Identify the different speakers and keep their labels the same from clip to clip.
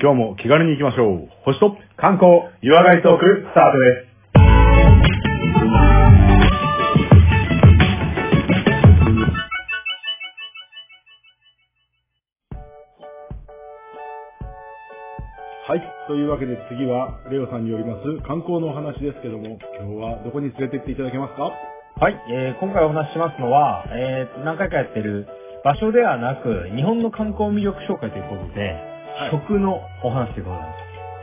Speaker 1: 今日も気軽に行きましょう。星と
Speaker 2: 観光、岩貝トーク、スタートです。
Speaker 1: はい。というわけで次は、レオさんによります観光のお話ですけども、今日はどこに連れて行っていただけますか
Speaker 3: はい、えー今回お話ししますのは、えー何回かやってる場所ではなく、日本の観光魅力紹介ということで、
Speaker 1: い
Speaker 3: 食のお話でござい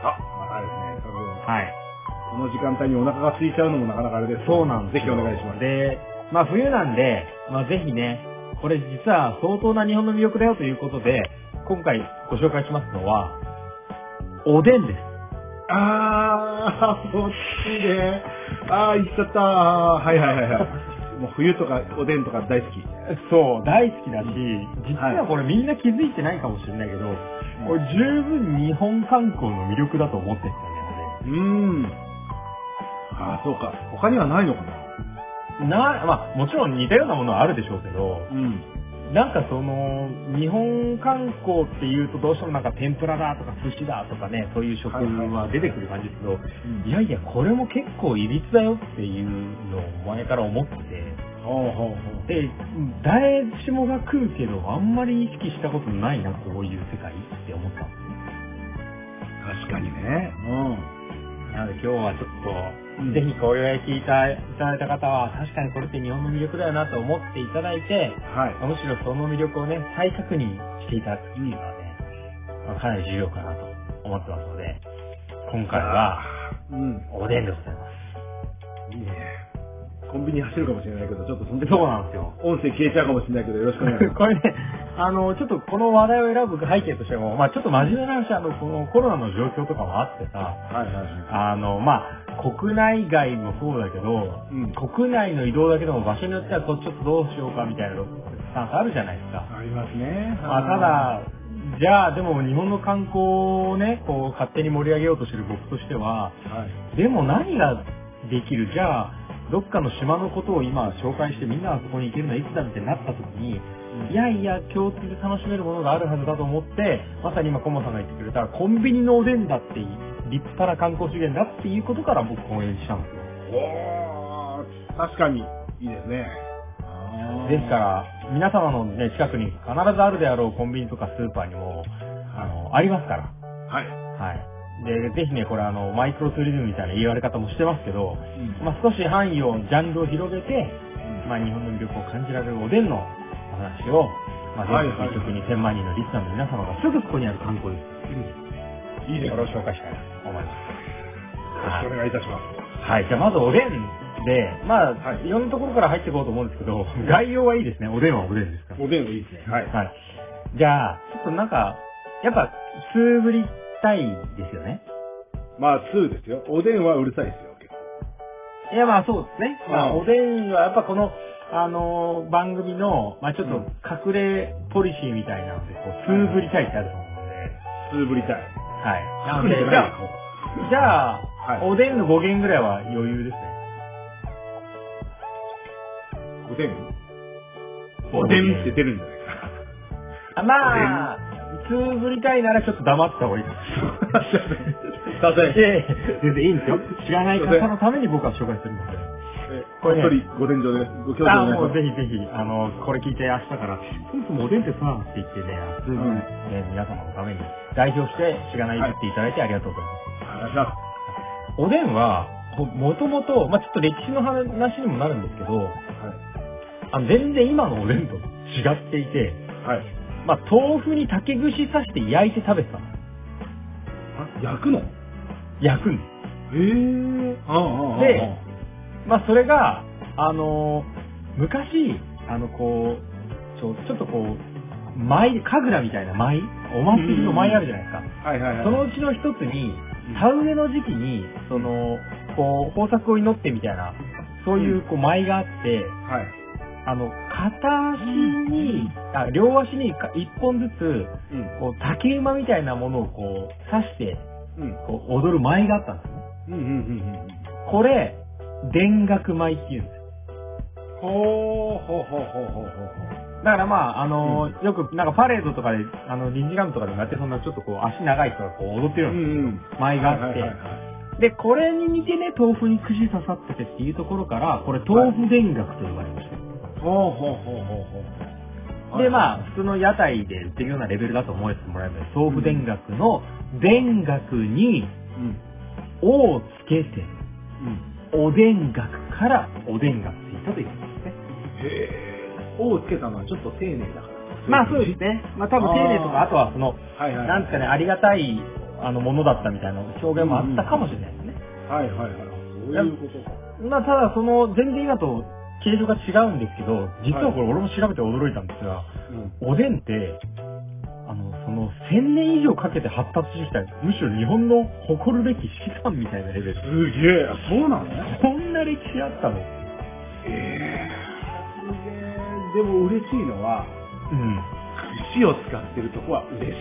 Speaker 3: ま
Speaker 1: あ、またですね、多分
Speaker 3: す。はい。
Speaker 1: この時間帯にお腹が空いちゃうのもなかなかあれです。
Speaker 3: そうなんです
Speaker 1: ぜひお願いします。
Speaker 3: で、まあ冬なんで、まあぜひね、これ実は相当な日本の魅力だよということで、今回ご紹介しますのは、おでんです。
Speaker 1: あー、そっちで。あー、行っちゃった。はいはいはいはい。もう冬とかおでんとか大好き。
Speaker 3: そう、大好きだし、実
Speaker 1: は
Speaker 3: はいこれみんな気づいてないかもしれないけど、これ十分日本観光の魅力だと思ってる
Speaker 1: う
Speaker 3: ん
Speaker 1: ーん。あー、そうか。他にはないのかな
Speaker 3: だよね。な、まあもちろん似たようなものはあるでしょうけど、
Speaker 1: うん。
Speaker 3: なんかその、日本観光っていうとどうしてもなんか天ぷらだとか寿司だとかね、そういう食は出てくる感じですけど、いやいや、これも結構いびつだよっていうのを前から思ってて、
Speaker 1: ほうほうほう。
Speaker 3: で、誰しもが食うけど、あんまり意識したことないな、こういう世界って思ったんですね。
Speaker 1: 確かにね。
Speaker 3: なので今日はちょっと、
Speaker 1: うん
Speaker 3: ぜひこういう聞いていただいた方は、確かにこれって日本の魅力だよなと思っていただいて、
Speaker 1: うん。はい。
Speaker 3: むしろその魅力をね、再確認していただくっていうのはね、まあかなり重要かなと思ってますので、今回は、
Speaker 1: うん。
Speaker 3: おでんでございま
Speaker 1: いいね。コンビニ走るかもしれないけど、ちょっとその
Speaker 3: す。
Speaker 1: 時
Speaker 3: そうなんです よ。
Speaker 1: 音声消えちゃうかもしれないけど、よろしくお願いしま
Speaker 3: これね、あの、ちょっとこの話題を選ぶ背景としても、まあちょっと真面目な話、あの、このコロナの状況とかもあってさ、
Speaker 1: す。はいはいはい。
Speaker 3: あの、まあ国内外もそうだけど、
Speaker 1: うん。
Speaker 3: 国内の移動だけでも場所によってはこうちょっとどうしようかみたいなのスタンスあるじゃないですか。
Speaker 1: ありますね。
Speaker 3: まあ、ただ、じゃあ、でも日本の観光をね、こう、勝手に盛り上げようとしてる僕としては、
Speaker 1: だ、はい。
Speaker 3: でも何ができるじゃあ、どっかの島のことを今紹介してみんながそこに行けるのはいつだってなった時に、いやいや、共通で楽しめるものがあるはずだと思って、まさに今、コモさんが言ってくれた、コンビニのおでんだっていい、立派な観光資源だっていうことから僕、応援したんですよ。
Speaker 1: おー、確かに、いいですね。
Speaker 3: ですから、皆様のね、近くに必ずあるであろうコンビニとかスーパーにも、あの、ありますから。
Speaker 1: はい。
Speaker 3: はい。で、ぜひね、これあの、マイクロツーリズムみたいな言われ方もしてますけ
Speaker 1: う
Speaker 3: ど、
Speaker 1: ん
Speaker 3: まあ、少し範囲を、ジャンルを広げて、まあ、日本の魅力を感じられるおでんのお話を、まあ、
Speaker 1: はい
Speaker 3: 全
Speaker 1: はいはい
Speaker 3: 国に1000万人のリスナーの皆様がすぐそこにある観光です。
Speaker 1: いいですね。
Speaker 3: これ
Speaker 1: よ
Speaker 3: を
Speaker 1: ろし
Speaker 3: 紹介したいと思います。
Speaker 1: くお願いいたします。
Speaker 3: はい。じゃあ、まずおでんで、まあ、
Speaker 1: はい
Speaker 3: い、ろんなところから入っていこうと思うんですけど、概要はいいですね。おでんはおでんですから。
Speaker 1: おでんいいですね。はい。
Speaker 3: はい。じゃあ、ちょっとなんか、やっぱ、普通ぶりたいですよね。
Speaker 1: まあ、2ですよ。おでんはうるさいですよ。
Speaker 3: いや、まあそうですね。まあ、
Speaker 1: うん
Speaker 3: おでんはやっぱこの、あのー番組の、まあちょっと
Speaker 1: うん
Speaker 3: 隠れポリシーみたいなので、こう、通ぶりたいってあると思う
Speaker 1: 2
Speaker 3: んで。
Speaker 1: ぶりたい。
Speaker 3: はい。なの
Speaker 1: 隠れ
Speaker 3: で、
Speaker 1: てない
Speaker 3: じゃあ、じゃあ、
Speaker 1: はい
Speaker 3: おでんの語源ぐらいは余裕ですね。
Speaker 1: おでんおでんって出るんじゃないか
Speaker 3: あまあ、通ぶりたいならちょっと黙ってた方がいいかもしれな
Speaker 1: な。
Speaker 3: い。
Speaker 1: さすがに
Speaker 3: いやいや全然いいんですよ。知らない方のために僕は紹介するので。
Speaker 1: え
Speaker 3: これね
Speaker 1: お一人ご伝授で、ご教授
Speaker 3: あ
Speaker 1: お願いしま
Speaker 3: も
Speaker 1: す。
Speaker 3: うぜひぜひ、あの、これ聞いて明日から、そもそもおでんってさ、って言ってね、明
Speaker 1: う
Speaker 3: 日、
Speaker 1: ん
Speaker 3: ね、皆様のために代表して、しがない言っていただいてありがとうござい
Speaker 1: お願いします。
Speaker 3: ます。おでんは、ぼもともと、まあちょっと歴史の話にもなるんですけど、あの全然今のおでんと違っていて、
Speaker 1: はい。はい。
Speaker 3: まあ豆腐に竹串刺して焼いて食べてたの。
Speaker 1: あ、焼くのへ
Speaker 3: 焼くんで
Speaker 1: え。ー。ああ、ああ、
Speaker 3: です。まあそれが、あのー昔、あの、こう、ちょちょっとこう、舞、神楽みたいな舞お祭りの舞あるじゃないですか。
Speaker 1: はいはいはい。
Speaker 3: そのうちの一つに、田植えの時期に、その、こう、豊作を祈ってみたいな、そういう、こう、舞があって、
Speaker 1: はい。
Speaker 3: あの、片足に、あ両足にか一本ずつ、
Speaker 1: うん。
Speaker 3: こう、竹馬みたいなものをこう、刺して、
Speaker 1: うん。
Speaker 3: こう、踊る舞があったんですね。
Speaker 1: うん、うん、うん、うん。
Speaker 3: これ、田楽舞っていうんです。
Speaker 1: ほうほうほうほうほうほうほう。
Speaker 3: だからまあ、あのーよく、なんかパレードとかで、あの、臨時ガムとかでもやって、そんなちょっとこう、足長い人がこう、踊ってるような
Speaker 1: うん。
Speaker 3: 舞があっ
Speaker 1: はいはい
Speaker 3: て、
Speaker 1: はいはい
Speaker 3: で、これに似てね、豆腐に串刺さっててっていうところから、これ、豆腐田楽と呼ばれました。
Speaker 1: ほうほうほうほうほう。
Speaker 3: で、ま
Speaker 1: あ、
Speaker 3: あ、普通の屋台で売ってるようなレベルだと思えてもらえばいい、豆腐田楽の、田楽に、
Speaker 1: うん。
Speaker 3: をつけて、
Speaker 1: うん。
Speaker 3: おでん楽からおでんがついたということですね。
Speaker 1: へぇをつけたのはちょっと丁寧だから。
Speaker 3: まあそうですね。まあ多分丁寧とか、
Speaker 1: あー
Speaker 3: あとはその、
Speaker 1: はいはい。
Speaker 3: なんですかね、ありがたいあのものだったみたいな表現もあったかもしれないですね。
Speaker 1: はいはいはい。そういうことか。
Speaker 3: まあただその全然今と形状が違うんですけど、実はこれ俺も調べて驚いたんですが、
Speaker 1: うん。
Speaker 3: おでんって、あの、その1000年以上かけて発達してきた、むしろ日本の誇るべき資産みたいなレベル。
Speaker 1: すげえ。あそうなのね。
Speaker 3: そんな歴史あったの
Speaker 1: ええすげえ。でも嬉しいのは、
Speaker 3: うん。
Speaker 1: 串を使ってるとこは嬉しい。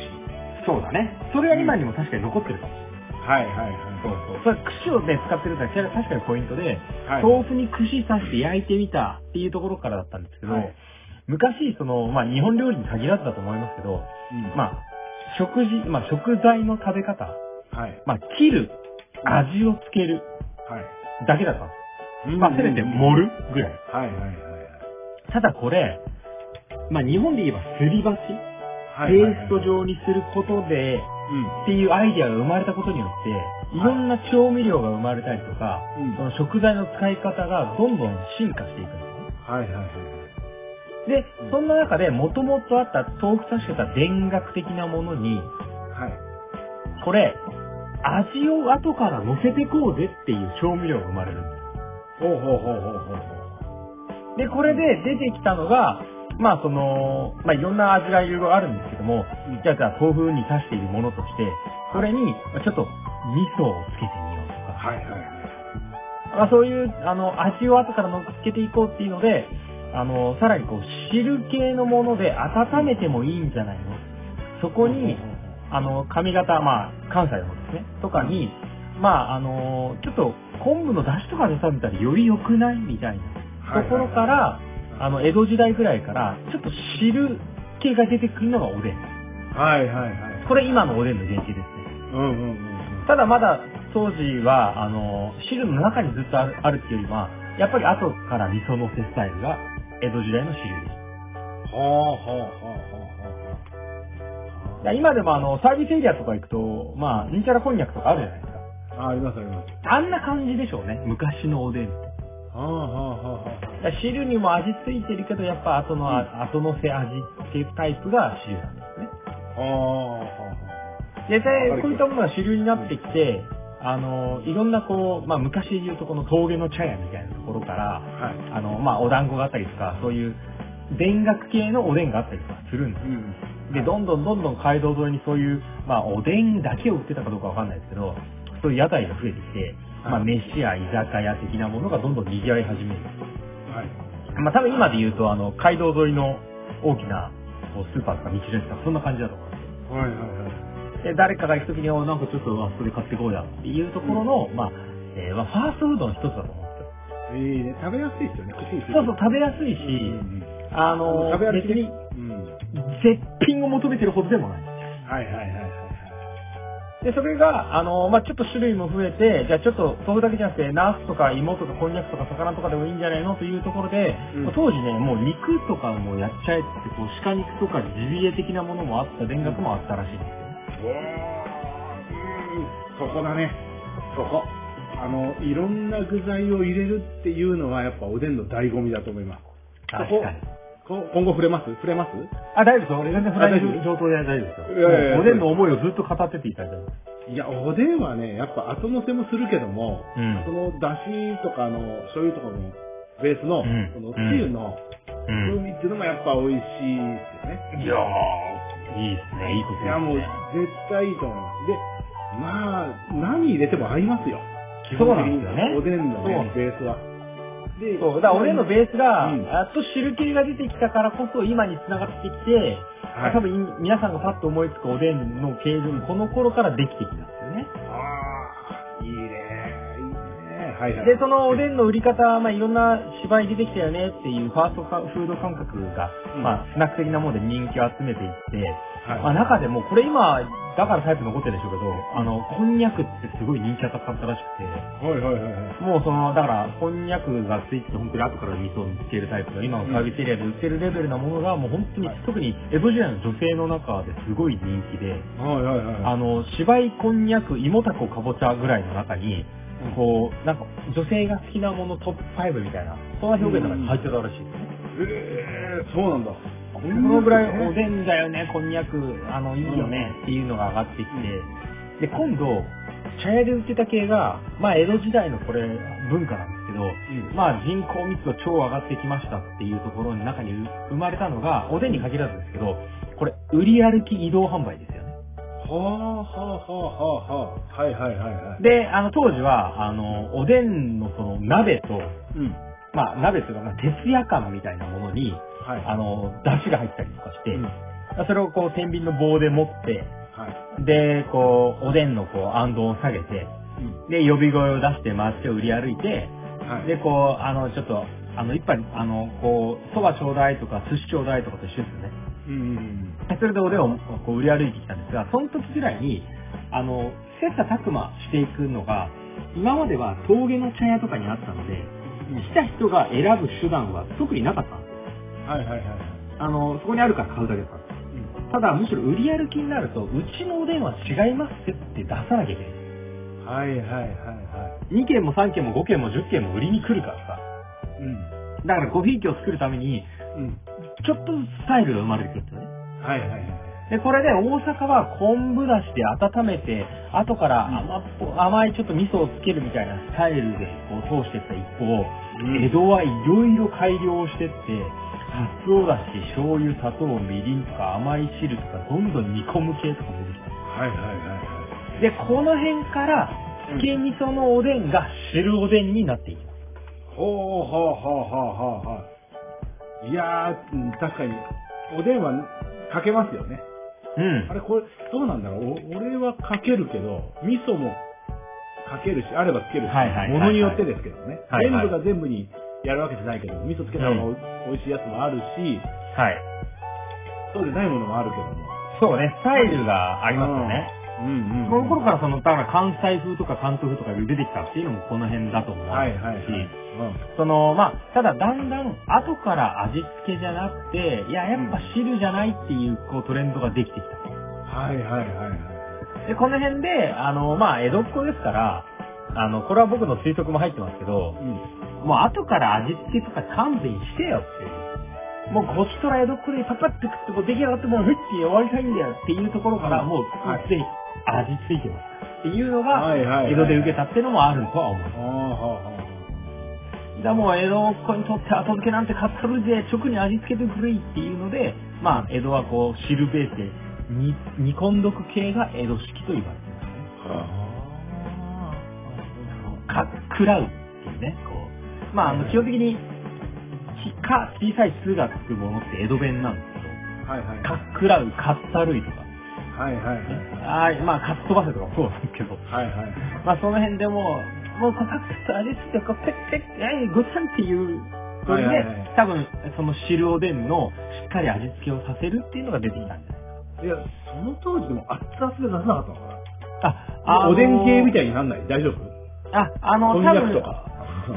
Speaker 3: そうだね。それは今にも確かに残ってるかもしれない。
Speaker 1: はいはいはい。
Speaker 3: そうそう。それは串をね、使ってるだけは確かにポイントで、
Speaker 1: はい。
Speaker 3: 豆腐に串刺して焼いてみたっていうところからだったんですけど、
Speaker 1: はい
Speaker 3: 昔、その、まあ、日本料理に限らずだと思いますけど、
Speaker 1: うん
Speaker 3: まあ、食事、まあ、食材の食べ方、
Speaker 1: はい。
Speaker 3: まあ、切る、味をつける
Speaker 1: はい。
Speaker 3: だけだったんです。まあ、せめて盛るぐらい。
Speaker 1: はいはいはい
Speaker 3: ただこれ、まあ、日本で言えばすり鉢、
Speaker 1: はい。
Speaker 3: ペースト状にすることで、
Speaker 1: うん。
Speaker 3: っていうアイデアが生まれたことによって、いろんな調味料が生まれたりとか、
Speaker 1: うん
Speaker 3: その食材の使い方がどんどん進化していくんですね。
Speaker 1: はいはいはい。
Speaker 3: で
Speaker 1: う、ん
Speaker 3: そんな中で、もともとあった豆腐刺し方田楽的なものに、
Speaker 1: はい。
Speaker 3: これ、味を後から乗せてこうぜっていう調味料が生まれるんで
Speaker 1: ほうほうほうほうほう
Speaker 3: す。で、これで出てきたのが、まあその、まあいろんな味がいろいろあるんですけども、
Speaker 1: うん
Speaker 3: じゃあじゃあ豆腐に刺しているものとして、これに、まあちょっと味噌をつけてみようとか、
Speaker 1: はいはいはい。
Speaker 3: まあそういう、あの、味を後から乗っけていこうっていうので、あの、さらにこう、汁系のもので温めてもいいんじゃないのそこに、あの、髪型、まあ、関西の方ですね、とかに、まあ、あの、ちょっと昆布の出汁とかで食べたらより良くないみたいなところから、あの、江戸時代ぐらいから、ちょっと汁系が出てくるのがおでん。
Speaker 1: はいはいはい。
Speaker 3: これ今のおでんの原型ですね。
Speaker 1: うんうんうん。
Speaker 3: ただまだ当時は、あの、汁の中にずっとあるあるっていうよりは、やっぱり後から味噌のせスタイルが江戸時代の主流です。
Speaker 1: ほうほうほう
Speaker 3: だから今でもあの、サービスエリアとか行くと、まあ、ニンチャラこんにゃくとかあるじゃないです
Speaker 1: ほ
Speaker 3: か。
Speaker 1: うほう。あ、ありますあります。
Speaker 3: あんな感じでしょうね、昔のおでんって。
Speaker 1: はあはあはあ。
Speaker 3: だから汁にも味付いてるけど、やっぱ後の、後のせ味っていうタイプが主流なんですね。
Speaker 1: わかる
Speaker 3: で、でこういったものが主流になってきて、あの、いろんなこう、まあ昔で言うとこの峠の茶屋みたいなところから、
Speaker 1: はい。
Speaker 3: あの、まあお団子があったりとか、そういう田楽系のおでんがあったりとかするんです。
Speaker 1: うん。
Speaker 3: で、どんどんどんどん街道沿いにそういう、まあおでんだけを売ってたかどうかわかんないですけど、そういう屋台が増えてきて、まあ
Speaker 1: はい
Speaker 3: 飯や居酒屋的なものがどんどん賑わい始める。
Speaker 1: はい。
Speaker 3: まあ、多分今で言うと、あの、街道沿いの大きな、こう、スーパーとか道の駅とか、そんな感じだと思うんで
Speaker 1: はいはいはい。
Speaker 3: すよ。で、誰かが行くときに、おなんかちょっと、あそこで買ってこうや、っていうところの、まあ、えーまあ、ファーストフードの一つだと思うん
Speaker 1: い
Speaker 3: で
Speaker 1: いね。食べやすいですよね。口に
Speaker 3: すよ。そうそう、食べやすいし、
Speaker 1: うん。
Speaker 3: あ
Speaker 1: あ
Speaker 3: の、
Speaker 1: 食べや
Speaker 3: 別
Speaker 1: すい。
Speaker 3: に、
Speaker 1: うん。はい
Speaker 3: 絶品を求めてるほどでもない。
Speaker 1: はいはいはい。
Speaker 3: で、それが、あの、まあ、ちょっと種類も増えて、じゃあちょっと、豆腐だけじゃなくて、ナスとか芋とかこんにゃくとか魚とかでもいいんじゃないのというところで、
Speaker 1: うん
Speaker 3: まあ当時ね、もう肉とかもやっちゃえって、こう、鹿肉とかジビエ的なものもあった、田楽もあったらしいんですよね。
Speaker 1: おーうんそこだねそこあのいろんな具材を入れるっていうのはやっぱおでんの醍醐味だと思います
Speaker 3: 確
Speaker 1: そこ
Speaker 3: かに。
Speaker 1: こ今後触れます触れます
Speaker 3: あ、大丈夫です。俺全然フライ
Speaker 1: あ大丈夫
Speaker 3: 上等で大丈夫です
Speaker 1: いやいやいや
Speaker 3: よ。おでんの思いをずっと語ってていただいてます。
Speaker 1: いやおでんはねやっぱ後乗せもするけども、
Speaker 3: うん
Speaker 1: そのだしとかの醤油とかのベースの、
Speaker 3: うん
Speaker 1: その
Speaker 3: うん
Speaker 1: つゆの風味っていうのもやっぱ美味しいですよね、
Speaker 3: いやー、いいですね。いいこと
Speaker 1: い
Speaker 3: です、ね。
Speaker 1: やもう絶対いいと思いますでまあ何入れても合いますよ基
Speaker 3: そう
Speaker 1: 本
Speaker 3: な
Speaker 1: 的に
Speaker 3: んですよね
Speaker 1: おでんの、ね、
Speaker 3: そ
Speaker 1: ベースはで
Speaker 3: そう、だからおでんのベースが、
Speaker 1: うん
Speaker 3: やっと汁気が出てきたからこそ今に繋がってきて、
Speaker 1: はい
Speaker 3: 多分皆さんがパッと思いつくおでんの形状もこの頃からできてきたんですよね。
Speaker 1: ああ、いいね、いいね。はいはい。
Speaker 3: で、そのおでんの売り方、まあ、いろんな芝居出てきたよねっていうファーストかフード感覚が、
Speaker 1: うん
Speaker 3: まあ、スナック的なもので人気を集めていって、
Speaker 1: はい
Speaker 3: まあ、中でも、これ今、だからタイプ残ってるでしょうけど、あの、こんにゃくってすごい人気が高かったらしくて、
Speaker 1: はいはいはいはい。
Speaker 3: もうその、だから、こんにゃくがついてて、本当に後から味噌をつけるタイプの、今のサービスエリアで売ってるレベルなものが、もう本当に、
Speaker 1: はい
Speaker 3: 特に江戸時代の女性の中ですごい人気で、
Speaker 1: はいはいはい。
Speaker 3: あの、芝居こんにゃく、芋たこかぼちゃぐらいの中に、こう、なんか、女性が好きなものトップ5みたいな、そんな表現の中に入ってたらしいですね。
Speaker 1: えー、そうなんだ。こ
Speaker 3: そのぐらいおでんだよね、こんにゃく、あの、いいよね、っていうのが上がってきて、で、今度、茶屋で売ってた系が、まあ、江戸時代のこれ、文化なんですけど、
Speaker 1: うん
Speaker 3: まあ、人口密度超上がってきましたっていうところの中に生まれたのが、おでんに限らずですけど、これ、売り歩き移動販売ですよね。
Speaker 1: はあはあはあはあはあ。はいはいはいはい。
Speaker 3: で、あの、当時は、あの、おでんのその鍋と、
Speaker 1: うん。
Speaker 3: まあ、鍋というか、まあ、徹夜感みたいなものに、
Speaker 1: はい。
Speaker 3: あの、出汁が入ったりとかして、
Speaker 1: うんは
Speaker 3: それをこう、天秤の棒で持って、
Speaker 1: い。
Speaker 3: で、こう、おでんのこう、暗動を下げて、
Speaker 1: うん
Speaker 3: で、呼び声を出して街を売り歩いて、
Speaker 1: はい。
Speaker 3: で、こう、あの、ちょっと、あの、一杯、あの、こう、蕎麦ちょうだいとか、寿司ちょうだいとかと一緒ですよね。
Speaker 1: うんうんうん。
Speaker 3: それでおでんをこう売り歩いてきたんですが、その時ぐらいに、あの、切磋琢磨していくのが、今までは峠の茶屋とかにあったので、来た人が選ぶ手段は特になかったんですよ
Speaker 1: はいはいはいはい。
Speaker 3: あの、そこにあるから買うだけだったんです。ただ、むしろ売り歩きになると、うちのおでんは違いますってって出さなきゃいけない。
Speaker 1: うんはいはいはいは
Speaker 3: 2件も3件も5件も10件も売りに来るからさ。
Speaker 1: い。うん。
Speaker 3: だから、コピー機を作るために、
Speaker 1: うん。
Speaker 3: ちょっとずつスタイルが生まれてくるんですよね。
Speaker 1: はいはいはい。
Speaker 3: で、これで大阪は昆布だしで温めて、後から甘っぽ甘いちょっと味噌をつけるみたいなスタイルでこう通していった一方、江戸はいろいろ改良してって、かつおだし、醤油、砂糖、みりんとか甘い汁とかどんどん煮込む系とかも出てき
Speaker 1: はいはいはいはい。
Speaker 3: た。で、この辺から、つけ味噌のおでんが汁おでんになっていきます。
Speaker 1: ほうほうほうほうほうほう。いやー、うん確かに、おでんはかけますよね。
Speaker 3: うん
Speaker 1: あ。れ、これ、どうなんだろうお俺はかけるけど、味噌もかけるし、あればつけるし、
Speaker 3: はいはいは
Speaker 1: もの
Speaker 3: いはい
Speaker 1: によってですけどね。
Speaker 3: はいはい
Speaker 1: 全部が全部にやるわけじゃないけど、味噌つけた方が美味しいやつもあるし、
Speaker 3: はい。
Speaker 1: そうでないものもあるけども。
Speaker 3: そうね、スタイルがありますよね。
Speaker 1: うんうん、うん。
Speaker 3: その頃からその、だから関西風とか関東風とか出てきたっていうのもこの辺だと思うし、
Speaker 1: はいはいはい。うん。
Speaker 3: その、まあ、ただだんだん後から味付けじゃなくて、いや、やっぱ汁じゃないっていう、こうトレンドができてき
Speaker 1: はいはいはいはい。
Speaker 3: た。で、この辺で、あの、まあ、江戸っ子ですから、あの、これは僕の推測も入ってますけど、
Speaker 1: うん。
Speaker 3: もう後から味付けとか勘弁してよっていう。もうこちとら江戸っ子でパパって食ってこう出来上がってもうふって終わりたいんだよっていうところから、
Speaker 1: うん
Speaker 3: もう
Speaker 1: はい
Speaker 3: すでに味付いてます。っていうのが、
Speaker 1: はいはいはい
Speaker 3: 江戸で受けたっていうのもあるとは思う。
Speaker 1: ああ、はあ、は
Speaker 3: じゃあもう江戸っ子にとって後付けなんて買っとるぜ、直に味付けてくれいっていうので、まあ、江戸はこう、汁ベースで煮、煮込んどく系が江戸式と言われてますね。
Speaker 1: あ。は
Speaker 3: か、食らうっていうね、こう。まあ、あの、基本的に、ひか、小さい数がつくものって江戸弁なんですけ
Speaker 1: あ。はいはい
Speaker 3: ど、かっくらう、かったるいとか、
Speaker 1: はいはいはい。
Speaker 3: あーまあ、かっ飛ばせとかもそうなんですけど、
Speaker 1: はいはい。
Speaker 3: まあ、その辺でもう、もう、こうパクッとあれですよ、こう、ペッペッ、えい、ごちゃんっていう、それで、
Speaker 1: はいはいはい
Speaker 3: 多分、その汁おでんの、しっかり味付けをさせるっていうのが出てきたんです。
Speaker 1: いや、その当時でも熱々で出さなかったのか
Speaker 3: あ、
Speaker 1: なおでん系み
Speaker 3: い
Speaker 1: たいになんない大丈夫
Speaker 3: な。あ、あの、
Speaker 1: こんに
Speaker 3: 多
Speaker 1: ゃく
Speaker 3: 分
Speaker 1: と、か。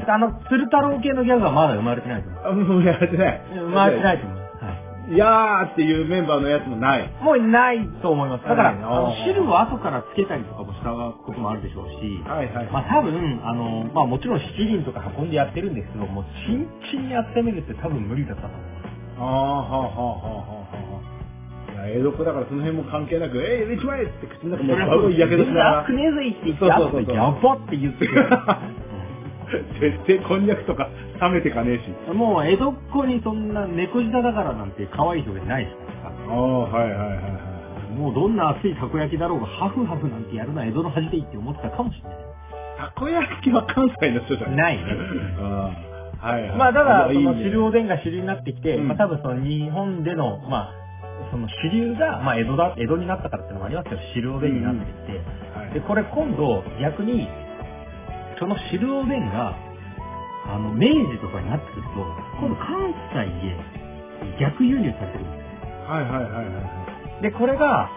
Speaker 3: あの、鶴太郎系のギャグはまだ生まれてないと思う。
Speaker 1: あ、もうやれてない。
Speaker 3: 生まれてないと思います。はい。
Speaker 1: いやーっていうメンバーのやつもない。
Speaker 3: もうないと思います。だから、あ
Speaker 1: ないな
Speaker 3: の汁を後からつけたりとかもしたこともあるでしょうし、
Speaker 1: はいはい。
Speaker 3: まあ多分、あの、まあもちろん七輪とか運んでやってるんですけど、もうチンチンに温めるって多分無理だったと思います。
Speaker 1: あーはあはあはあはあはあ。いや、江戸っ子だからその辺も関係なく、えい、レッチマイって口の中もうすごいやけどしながら
Speaker 3: 熱く。ねえぜって言っ
Speaker 1: そ
Speaker 3: て、
Speaker 1: うそうそう
Speaker 3: 熱くやばって言って。
Speaker 1: 絶対こんにゃくとか冷めてかねえし。
Speaker 3: もう江戸っ子にそんな猫舌だからなんて可愛い表現ないですから。
Speaker 1: ああ、はいはいはいはい。
Speaker 3: もうどんな熱いたこ焼きだろうが、ハフハフなんてやるのは江戸の恥でいいって思ってたかもしれない。
Speaker 1: たこ焼きは関西の人じゃ
Speaker 3: ないね
Speaker 1: あーはいはい。
Speaker 3: まあ、ただ、その
Speaker 1: いいね
Speaker 3: 汁おでんが主流になってきて、
Speaker 1: うん
Speaker 3: まあ、多分その日本での、まあ、その主流が、まあ、江戸だ、江戸になったからっていうのもありますけど、汁おでんになってきて、
Speaker 1: はい
Speaker 3: で、これ今度、逆に、その汁おでんが、あの、明治とかになってくると、今度関西へ逆輸入されてくるんです
Speaker 1: はいはいはいはい。
Speaker 3: よで、これが、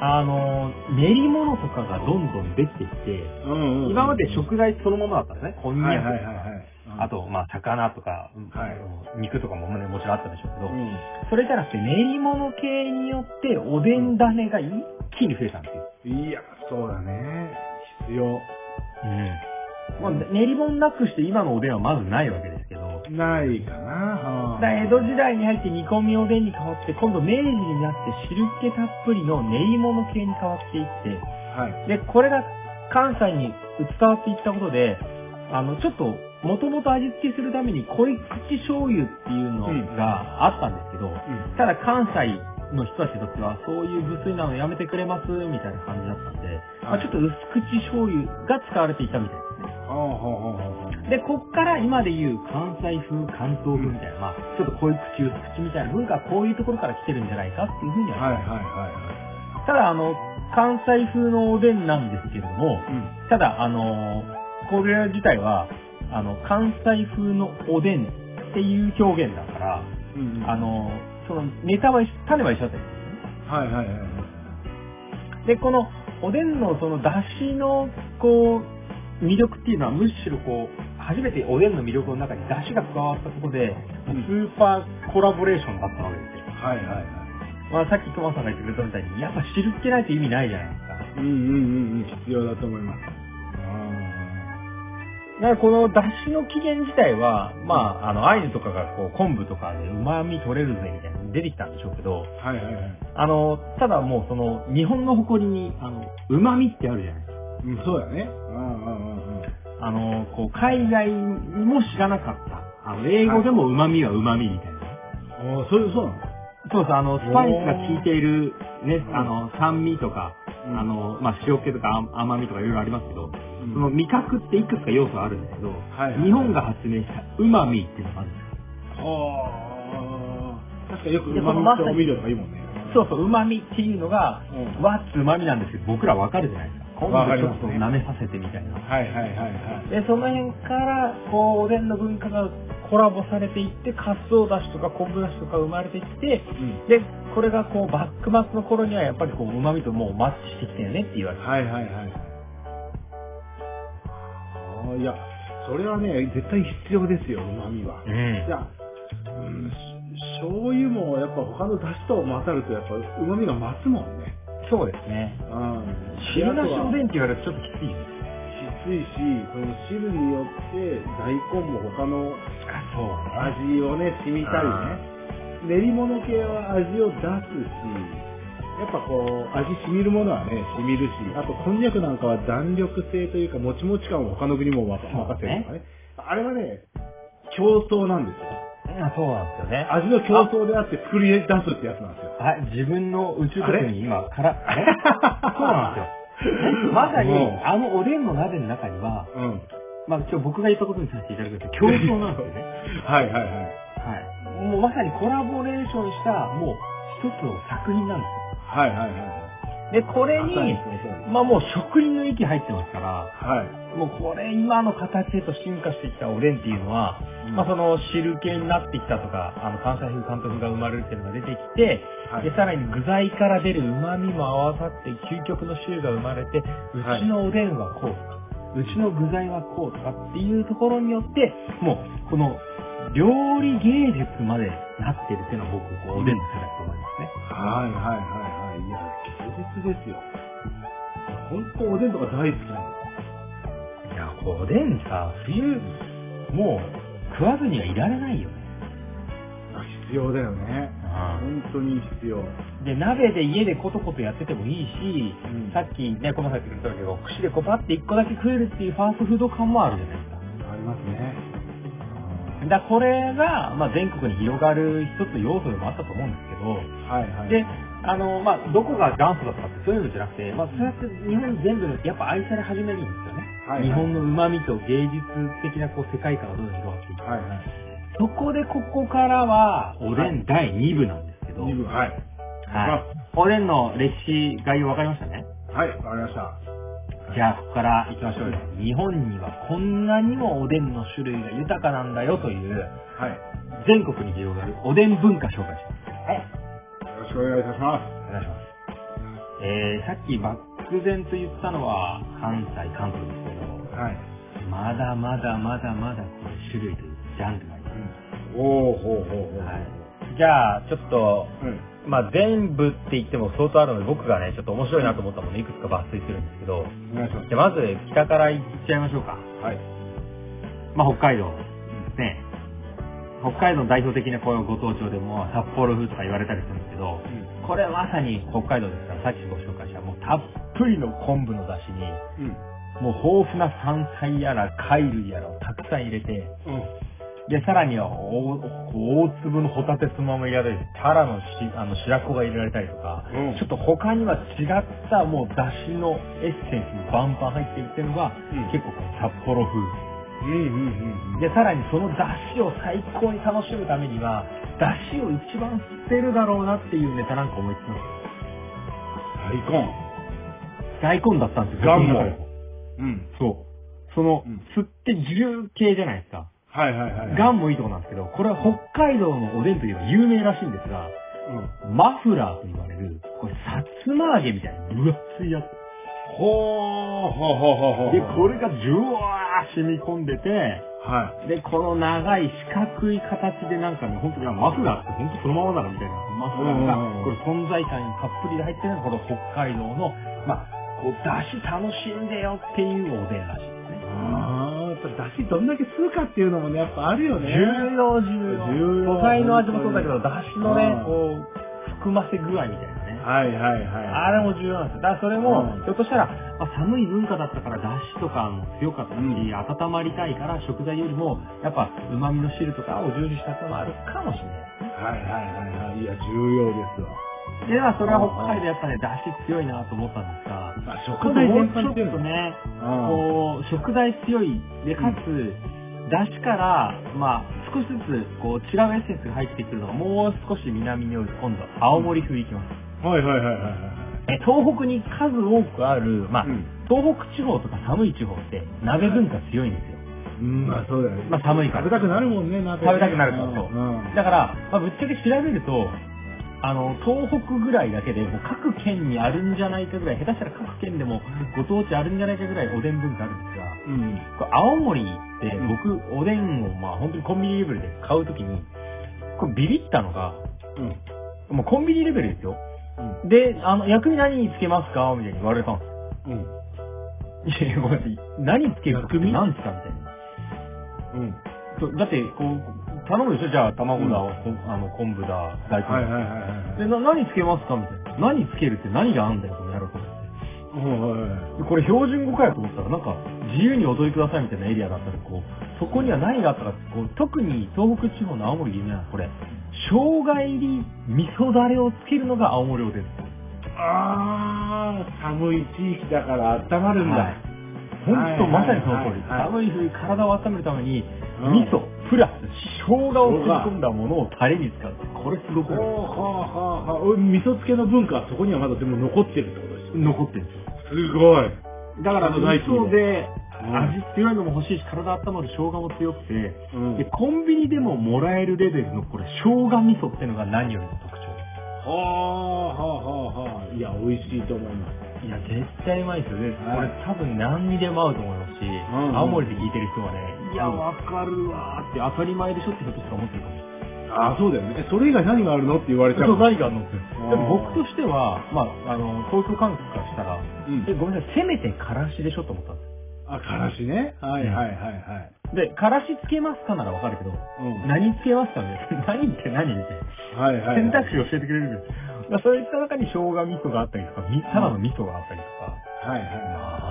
Speaker 3: あの、練り物とかがどんどんできてきて、
Speaker 1: うんうんうん
Speaker 3: 今まで食材そのものだったんですね。こんに
Speaker 1: はい
Speaker 3: ゃく
Speaker 1: はいはい
Speaker 3: とか
Speaker 1: はい。
Speaker 3: あ、と、まあ、魚とか、
Speaker 1: はい
Speaker 3: あの肉とかもねもちろんあったでしょうけ
Speaker 1: う
Speaker 3: ど、
Speaker 1: ん。
Speaker 3: それじゃなくて練り物系によっておでん種が一気に増えたんですよ。
Speaker 1: いや、そうだね。必要。
Speaker 3: まあ、練り物なくして今のおでんはまずないわけですけど、
Speaker 1: ないかな。
Speaker 3: だから江戸時代に入って煮込みおでんに変わって、今度明治になって汁気たっぷりの練り物系に変わっていっ
Speaker 1: はい。
Speaker 3: て、で、これが関西に伝わっていったことで、あの、ちょっと、もともと味付けするために濃い口醤油っていうのがあったんですけど、
Speaker 1: うん。
Speaker 3: ただ関西の人たちにとっては、そういう無粋なのやめてくれますみたいな感じだったんで、まあ、ちょっと薄口醤油が使われていたみたいですね。
Speaker 1: ほうほうほうほうほう。
Speaker 3: で、こっから今で言う関西風、関東風みたいな、まあ、ちょっとこういう口、薄口みたいな文化はこういうところから来てるんじゃないかっていうふうには。
Speaker 1: はいはいは
Speaker 3: ただ、あの、関西風のおでんなんですけれども
Speaker 1: いは、い。うん。
Speaker 3: ただ、あの、これ自体は、あの、関西風のおでんっていう表現だから、
Speaker 1: うんうん
Speaker 3: あ、の、そのネタは一緒、種は一緒だったりするんですね。
Speaker 1: はいはいはいはい。
Speaker 3: で、このおでんのその出汁のこう、魅力っていうのはむしろこう、初めておでんの魅力の中に出汁が加わったことで、
Speaker 1: うん
Speaker 3: スーパーコラボレーションだったわけですよ。
Speaker 1: はいはいは
Speaker 3: まあさっき熊さんが言ってくれたみたいに、やっぱ汁ってないと意味ないじゃないですか。
Speaker 1: い。うんうんうんうん。必要だと思います。あ
Speaker 3: だからこの出汁の起源自体は、まああの、アイヌとかがこう、昆布とかで旨味取れるぜみたいなの出てきたんでしょうけど、
Speaker 1: ーはいはいはい。
Speaker 3: あの、ただもうその、日本の誇りに、あの、旨味ってあるじゃないですか。
Speaker 1: うん、そうだね。うんうんうんうん。
Speaker 3: あの、こう、海外も知らなかった。あの、英語でも旨味は旨味みたいな。
Speaker 1: おー、そう、そうなの
Speaker 3: そうそう、あの、スパイスが効いている、ね
Speaker 1: う、ん
Speaker 3: あの、酸味とか、
Speaker 1: うん
Speaker 3: あの、まあ、塩気とか甘甘みとかいろいろありますけど、
Speaker 1: うん
Speaker 3: その味覚っていくつか要素あるんですけど、
Speaker 1: はいはい
Speaker 3: 日本が発明した旨味っていうのがあるんです
Speaker 1: はあ。確かよく
Speaker 3: いや
Speaker 1: 旨
Speaker 3: この
Speaker 1: 味
Speaker 3: ま
Speaker 1: って
Speaker 3: さに
Speaker 1: お味料とかいいもんね。
Speaker 3: そうそう、旨味っていうのが、
Speaker 1: うん
Speaker 3: わっつ旨味なんですけど、僕らわかるじゃないですか。今
Speaker 1: わかり
Speaker 3: 度ちょ
Speaker 1: ます
Speaker 3: っと
Speaker 1: ね
Speaker 3: 舐めさせてみたいな。
Speaker 1: はいはいはいはい。
Speaker 3: で、その辺から、こう、おでんの文化がコラボされていって、カツオだしとか昆布だしとか生まれてきて、
Speaker 1: うん。
Speaker 3: で、これがこう、バックマスの頃にはやっぱりこう、旨味ともうマッチしてきたよねって言われて。
Speaker 1: はいはいはい。ああ、いや、それはね、絶対必要ですよ、旨味は。
Speaker 3: ん
Speaker 1: いや、うん、し醤油もやっぱ他の出汁と混ざるとやっぱ旨味が増すもんね。
Speaker 3: そうですね
Speaker 1: う。ん。
Speaker 3: 汁なし
Speaker 1: あとは
Speaker 3: おでんって言われるとちょっときついです。
Speaker 1: きついし、その汁によって大根も他の
Speaker 3: あ、そう。
Speaker 1: 味をね、染みたりね。練り物系は味を出すし、やっぱこう、味染みるものはね、染みるし、あとこんにゃくなんかは弾力性というか、もちもち感を他の国も任
Speaker 3: そう
Speaker 1: せ
Speaker 3: ね
Speaker 1: るとかね。あれはね、競争なんですよ。
Speaker 3: あ、そうなんですよね。
Speaker 1: 味の競争であって作り出すってやつなんですよ。
Speaker 3: あ、自分の宇宙局に今、から、 あれそうなんですよ。まさに
Speaker 1: う、ん
Speaker 3: あのおでんの鍋の中には、
Speaker 1: うん。
Speaker 3: まあ今日僕が言ったことにさせていただくと、競争なんですよね。
Speaker 1: はいはいはい。
Speaker 3: はい。もうまさにコラボレーションした、もう一つの作品なんで
Speaker 1: はいはいはい。
Speaker 3: すよ。で、これ
Speaker 1: まさ
Speaker 3: に
Speaker 1: に、そうです
Speaker 3: まあもう職人の域入ってますから、
Speaker 1: はい。
Speaker 3: もうこれ今の形へと進化してきたおでんっていうのは、
Speaker 1: うん
Speaker 3: まあその汁系になってきたとか、あの関西風関東風が生まれるっていうのが出てきて、
Speaker 1: はい
Speaker 3: で、さらに具材から出る旨味も合わさって究極の汁が生まれて、う
Speaker 1: はい
Speaker 3: ちのおでんはこうとか、うちの具材はこうとかっていうところによって、もうこの料理芸術までなってるっていうのは僕、こうおでんの世代だと思いますね。
Speaker 1: はいはいはいはい。いや、芸術ですよ。ほんとおでんとか大好きなの。
Speaker 3: いや、こうおでんさ、冬、もう食わずにはいられないよね。
Speaker 1: 必要だよね。本当に必要。
Speaker 3: で、鍋で家でコトコトやっててもいいし、
Speaker 1: うん
Speaker 3: さっきね、コマさん言ってくれたけど、串でこうパって一個だけ食えるっていうファーストフード感もあるじゃないですか。
Speaker 1: ありますね。
Speaker 3: だからこれが、まあ、全国に広がる一つの要素でもあったと思うんですけ
Speaker 1: はいはい。
Speaker 3: ど、で、あの、まあ、どこが元祖だったかってそういうのじゃなくて、まあ、そうやって日本全部やっぱ愛され始めるんですよね。
Speaker 1: はいはい
Speaker 3: 日本の旨味と芸術的なこう世界観がどんどん広がっていく。
Speaker 1: はいはい。
Speaker 3: そこでここからは、おでん第2部なんですけど、
Speaker 1: 二部、はい。
Speaker 3: はい。おでんの歴史概要分かりましたね
Speaker 1: はい、わかりました。
Speaker 3: じゃあ、ここから行きましょうよ。日本にはこんなにもおでんの種類が豊かなんだよという、
Speaker 1: はい。よ
Speaker 3: 全国に広がるおでん文化紹介し
Speaker 1: ろ
Speaker 3: ます。
Speaker 1: しくお願いいたしま
Speaker 3: お願いします。えー、さっき漠然と言ったのは関西、関東です
Speaker 1: す。はい。
Speaker 3: けど、まだまだまだまだこの種類というジャンルがあります。
Speaker 1: おー、ほうほうほう。
Speaker 3: はいじゃあ、ちょっと、
Speaker 1: うん。
Speaker 3: まあ、全部って言っても相当あるので、僕がね、ちょっと面白いなと思ったものをいくつか抜粋するんですけど、
Speaker 1: お願いします
Speaker 3: じ。ゃあまず北から行っちゃいましょうか。
Speaker 1: はい。
Speaker 3: まあ、北海道ですね。北海道の代表的なこういうご当地でも、札幌風とか言われたりするんですけど、これはまさに北海道ですから、さっきご紹介した、もうたっぷりの昆布の出汁に、
Speaker 1: うん。
Speaker 3: もう豊富な山菜やら貝類やらをたくさん入れて、
Speaker 1: うん。
Speaker 3: で、さらには大大粒のホタテスマも入れられて、タラのしあの白子が入れられたりとか、
Speaker 1: うん
Speaker 3: ちょっと他には違ったもう出汁のエッセンスもバンバン入ってるっていうのが、
Speaker 1: うん
Speaker 3: 結構こう札幌風。
Speaker 1: うんうんうん。
Speaker 3: で、さらにその出汁を最高に楽しむためには、出汁を一番捨てるだろうなっていうネタなんか思いつきます。
Speaker 1: 大根。
Speaker 3: 大根だったんですよ。
Speaker 1: ガンモ
Speaker 3: 僕の中でも
Speaker 1: うん。
Speaker 3: そう。その
Speaker 1: うん、
Speaker 3: 釣って重系じゃないですか。
Speaker 1: はいはいはい。
Speaker 3: ガンもいいとこなんですけど、これは北海道のおでんといえば有名らしいんですが、
Speaker 1: うん。
Speaker 3: マフラーと言われる、これ、さつま揚げみたいな分厚いやつ。
Speaker 1: ほー、ほうほうほうほう。
Speaker 3: で、これがジュワー染み込んでて、
Speaker 1: は
Speaker 3: で、この長い四角い形でなんかね、ほんとにマフラーってほんとそのままだなみたいな。マフラー
Speaker 1: うん
Speaker 3: が、これ存在感にたっぷりで入ってるのが、この北海道の、まあ、こう、出汁楽しんでよっていうおでんらしいです
Speaker 1: い。。
Speaker 3: ね
Speaker 1: あー、やっぱ出汁どんだけ吸うかっていうのもね、やっぱあるよね。
Speaker 3: 重要重要。
Speaker 1: 重要
Speaker 3: 素材の味もそうだけど、出汁
Speaker 1: う
Speaker 3: のね
Speaker 1: ん、
Speaker 3: こう、含ませ具合みたいなね。
Speaker 1: はいはいはい。
Speaker 3: あれも重要なんですよ。だからそれも、
Speaker 1: うん
Speaker 3: ひょっとしたら、まあ寒い文化だったから出汁とかも強かったし、
Speaker 1: うん
Speaker 3: 温まりたいから食材よりも、やっぱ旨味の汁とかを重視したってのもあるかもしれない。
Speaker 1: はいはいはいはい。いや、重要ですわ。
Speaker 3: で、まあそれは北海道やっぱね、出汁強いなと思ったんですが、
Speaker 1: まあ、
Speaker 3: 今
Speaker 1: 食
Speaker 3: 度
Speaker 1: 材
Speaker 3: も
Speaker 1: 全
Speaker 3: うち
Speaker 1: 般
Speaker 3: ょ
Speaker 1: っ
Speaker 3: って
Speaker 1: いう
Speaker 3: と
Speaker 1: の
Speaker 3: ね、
Speaker 1: は。
Speaker 3: こう、食材強い、で、かつ、出汁から、まあ、少しずつ、こう、違うエッセンスが入ってくるのが、もう少し南に寄ると、今度、青森風行きます。
Speaker 1: うん。はいはいはいはいはい。
Speaker 3: え東北に数多くある、まあ、
Speaker 1: うん
Speaker 3: 東北地方とか寒い地方って鍋文化強いんですよ。
Speaker 1: うん、まあそうだよね。
Speaker 3: まあ寒いから
Speaker 1: 食べたくなるもんね、鍋ね
Speaker 3: 食べたくなるから
Speaker 1: うん
Speaker 3: そう
Speaker 1: うん。
Speaker 3: だから、まあ、ぶっちゃけ調べると、あの、東北ぐらいだけで、もう各県にあるんじゃないかぐらい、下手したら各県でもご当地あるんじゃないかぐらいおでん文化あるんですが、
Speaker 1: うん。
Speaker 3: これ青森って僕、おでんをまあ本当にコンビニレベルで買うときに、これビビったのが、
Speaker 1: うん。
Speaker 3: もうコンビニレベルですよ。
Speaker 1: うん。
Speaker 3: で、あの、薬味何につけますかみたいに言われたんですよ
Speaker 1: うん。
Speaker 3: いやいや、ごめんなさい。何つけるかって
Speaker 1: 薬味
Speaker 3: 何ですかみたいな。
Speaker 1: うん。
Speaker 3: そうだって、こう、頼むでしょじゃあ、卵だ、こんあの、昆布だ、大根。
Speaker 1: はいはいはいはい。
Speaker 3: で、な、何つけますかみたいな。何つけるって何があんだよ、この野郎と思っ
Speaker 1: うんはいはいはい
Speaker 3: て。でこれ標準語かよと思ったら、なんか、自由に踊りくださいみたいなエリアだったり、こう、そこには何があったかって、こう、特に東北地方の青森有名なのこれ、生姜入り味噌だれをつけるのが青森おでんです。
Speaker 1: あー、寒い地域だから温まるんだ。
Speaker 3: はいほんとまさにその通り。
Speaker 1: はい
Speaker 3: 寒い冬、体を温めるために、
Speaker 1: うん
Speaker 3: 味噌、プラス、生姜をすり込んだものをタレに使う。これすご
Speaker 1: ほ
Speaker 3: く
Speaker 1: うほうほうほう。味噌漬けの文化はそこにはまだでも残ってるってことですよ。
Speaker 3: 残ってるんですよ。
Speaker 1: すごい。
Speaker 3: だから、
Speaker 1: あ
Speaker 3: 味
Speaker 1: の大地に
Speaker 3: 噌で、
Speaker 1: うん
Speaker 3: 味強いのも欲しいし、体温まる生姜も強くて、
Speaker 1: うん
Speaker 3: で、コンビニでももらえるレベルの、これ、生姜味噌ってのが何よりの特徴で
Speaker 1: はあ、はあ、はあ、はあ。いや、美味しいと思います。
Speaker 3: す。いや、絶対うまいですよね。こ
Speaker 1: はい
Speaker 3: れ多分何にでも合うと思います
Speaker 1: ん
Speaker 3: し、
Speaker 1: うん
Speaker 3: 青森で聞いてる人はね、いや、
Speaker 1: うん
Speaker 3: わかるわーって当たり前でしょってひょっとしたら思ってるかもしれない。
Speaker 1: あそうだよね。それ以外何があるのって言われちゃう。
Speaker 3: そう、何があるのって。
Speaker 1: ん
Speaker 3: でも僕としては、まあ、あの、東京感覚からしたら、
Speaker 1: うん
Speaker 3: え、ごめんなさい、せめてからしでしょと思ったんで
Speaker 1: あ、からしね。はいはいはいはい。
Speaker 3: すで、からしつけますかならわかるけど、
Speaker 1: うん。
Speaker 3: 何つけますかね 何って何みたいな。
Speaker 1: はいはい、はい。
Speaker 3: 選択肢教えてくれるんですよ。だからそういった中に生姜味噌があったりとか、みただの味噌があったりとか、
Speaker 1: はい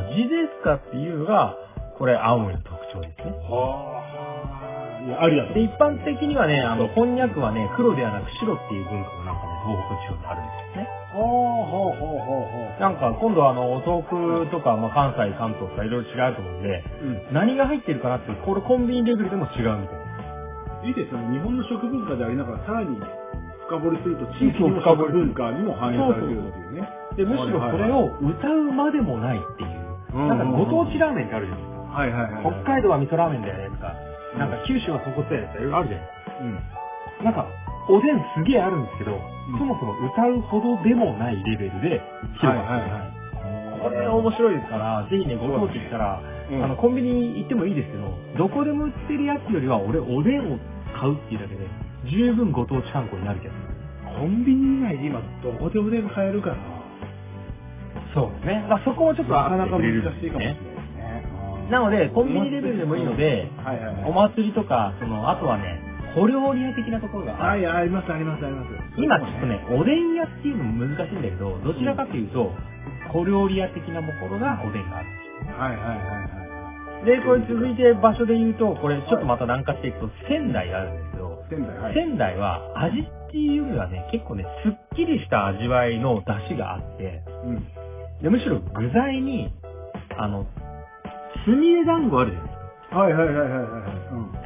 Speaker 1: はい。
Speaker 3: 味ですかっていうのが、これ、青森の特徴ですね。
Speaker 1: はあ。いや、ありだと
Speaker 3: で、。一般的にはね、あの、こんにゃくはね、黒ではなく白っていう文化がなんかね、東北地方にあるんですよね。
Speaker 1: ほうほうほうほうほ
Speaker 3: なんか今度あの、東北とか、まあ、関西、関東とかいろいろ違うと思うんで、
Speaker 1: う。うん。
Speaker 3: 何が入ってるかなっていう、これコンビニレベルでも違うみたいな。
Speaker 1: いいですよね。日本の食文化でありながら、さらに深掘りすると、地域の
Speaker 3: そ
Speaker 1: 食
Speaker 3: う深掘り
Speaker 1: 文化にも反映されてるっていうね。
Speaker 3: で、むしろそれを歌うまでもないっていう、
Speaker 1: ううん
Speaker 3: なんかご当地ラーメンってあるじゃないですか。
Speaker 1: はいはいはい。
Speaker 3: 北海道は味噌ラーメンだよねとか、なんか九州は豚骨だよねとか、いろいろあるじゃないです
Speaker 1: うん。
Speaker 3: か。なんか、おでんすげえあるんですけど、そもそも歌うほどでもないレベル
Speaker 1: は
Speaker 3: で
Speaker 1: い
Speaker 3: 広
Speaker 1: は
Speaker 3: がっ
Speaker 1: いはい。
Speaker 3: てる。これ面白いですから、ぜひね、ご当地行ったら、
Speaker 1: うん
Speaker 3: あの、コンビニ行ってもいいですけど、どこでも売ってるやつよりは、俺、おでんを買うっていうだけで、十分ご当地観光になるけど。
Speaker 1: コンビニ以外で今どこでおでん買えるかな。
Speaker 3: そうですね。まあ、そこはちょっと
Speaker 1: なかなか難しいかもしれない
Speaker 3: ね
Speaker 1: で。すね。
Speaker 3: なので、コンビニレベルでもいいので、
Speaker 1: はいはい
Speaker 3: お
Speaker 1: は
Speaker 3: 祭りとか、その、あとはね、小料理屋的なところが、
Speaker 1: い。はい、ありますありますあります。
Speaker 3: 今ちょっとね、おでん屋っていうのも難しいんだけど、どちらかというと、小料理屋的なところがおでんがある。
Speaker 1: はいはいはいは
Speaker 3: で、これ続いて場所で言うと、これちょっとまた南下していくと、仙台があるんですけど、
Speaker 1: い。仙台、はい。
Speaker 3: 仙台は味っていうよりはね、結構ね、すっきりした味わいの出汁があって、
Speaker 1: うん。
Speaker 3: でむしろ具材に、あの、すみれ団子あるじゃないです
Speaker 1: はいはいはいはいはい。
Speaker 3: か。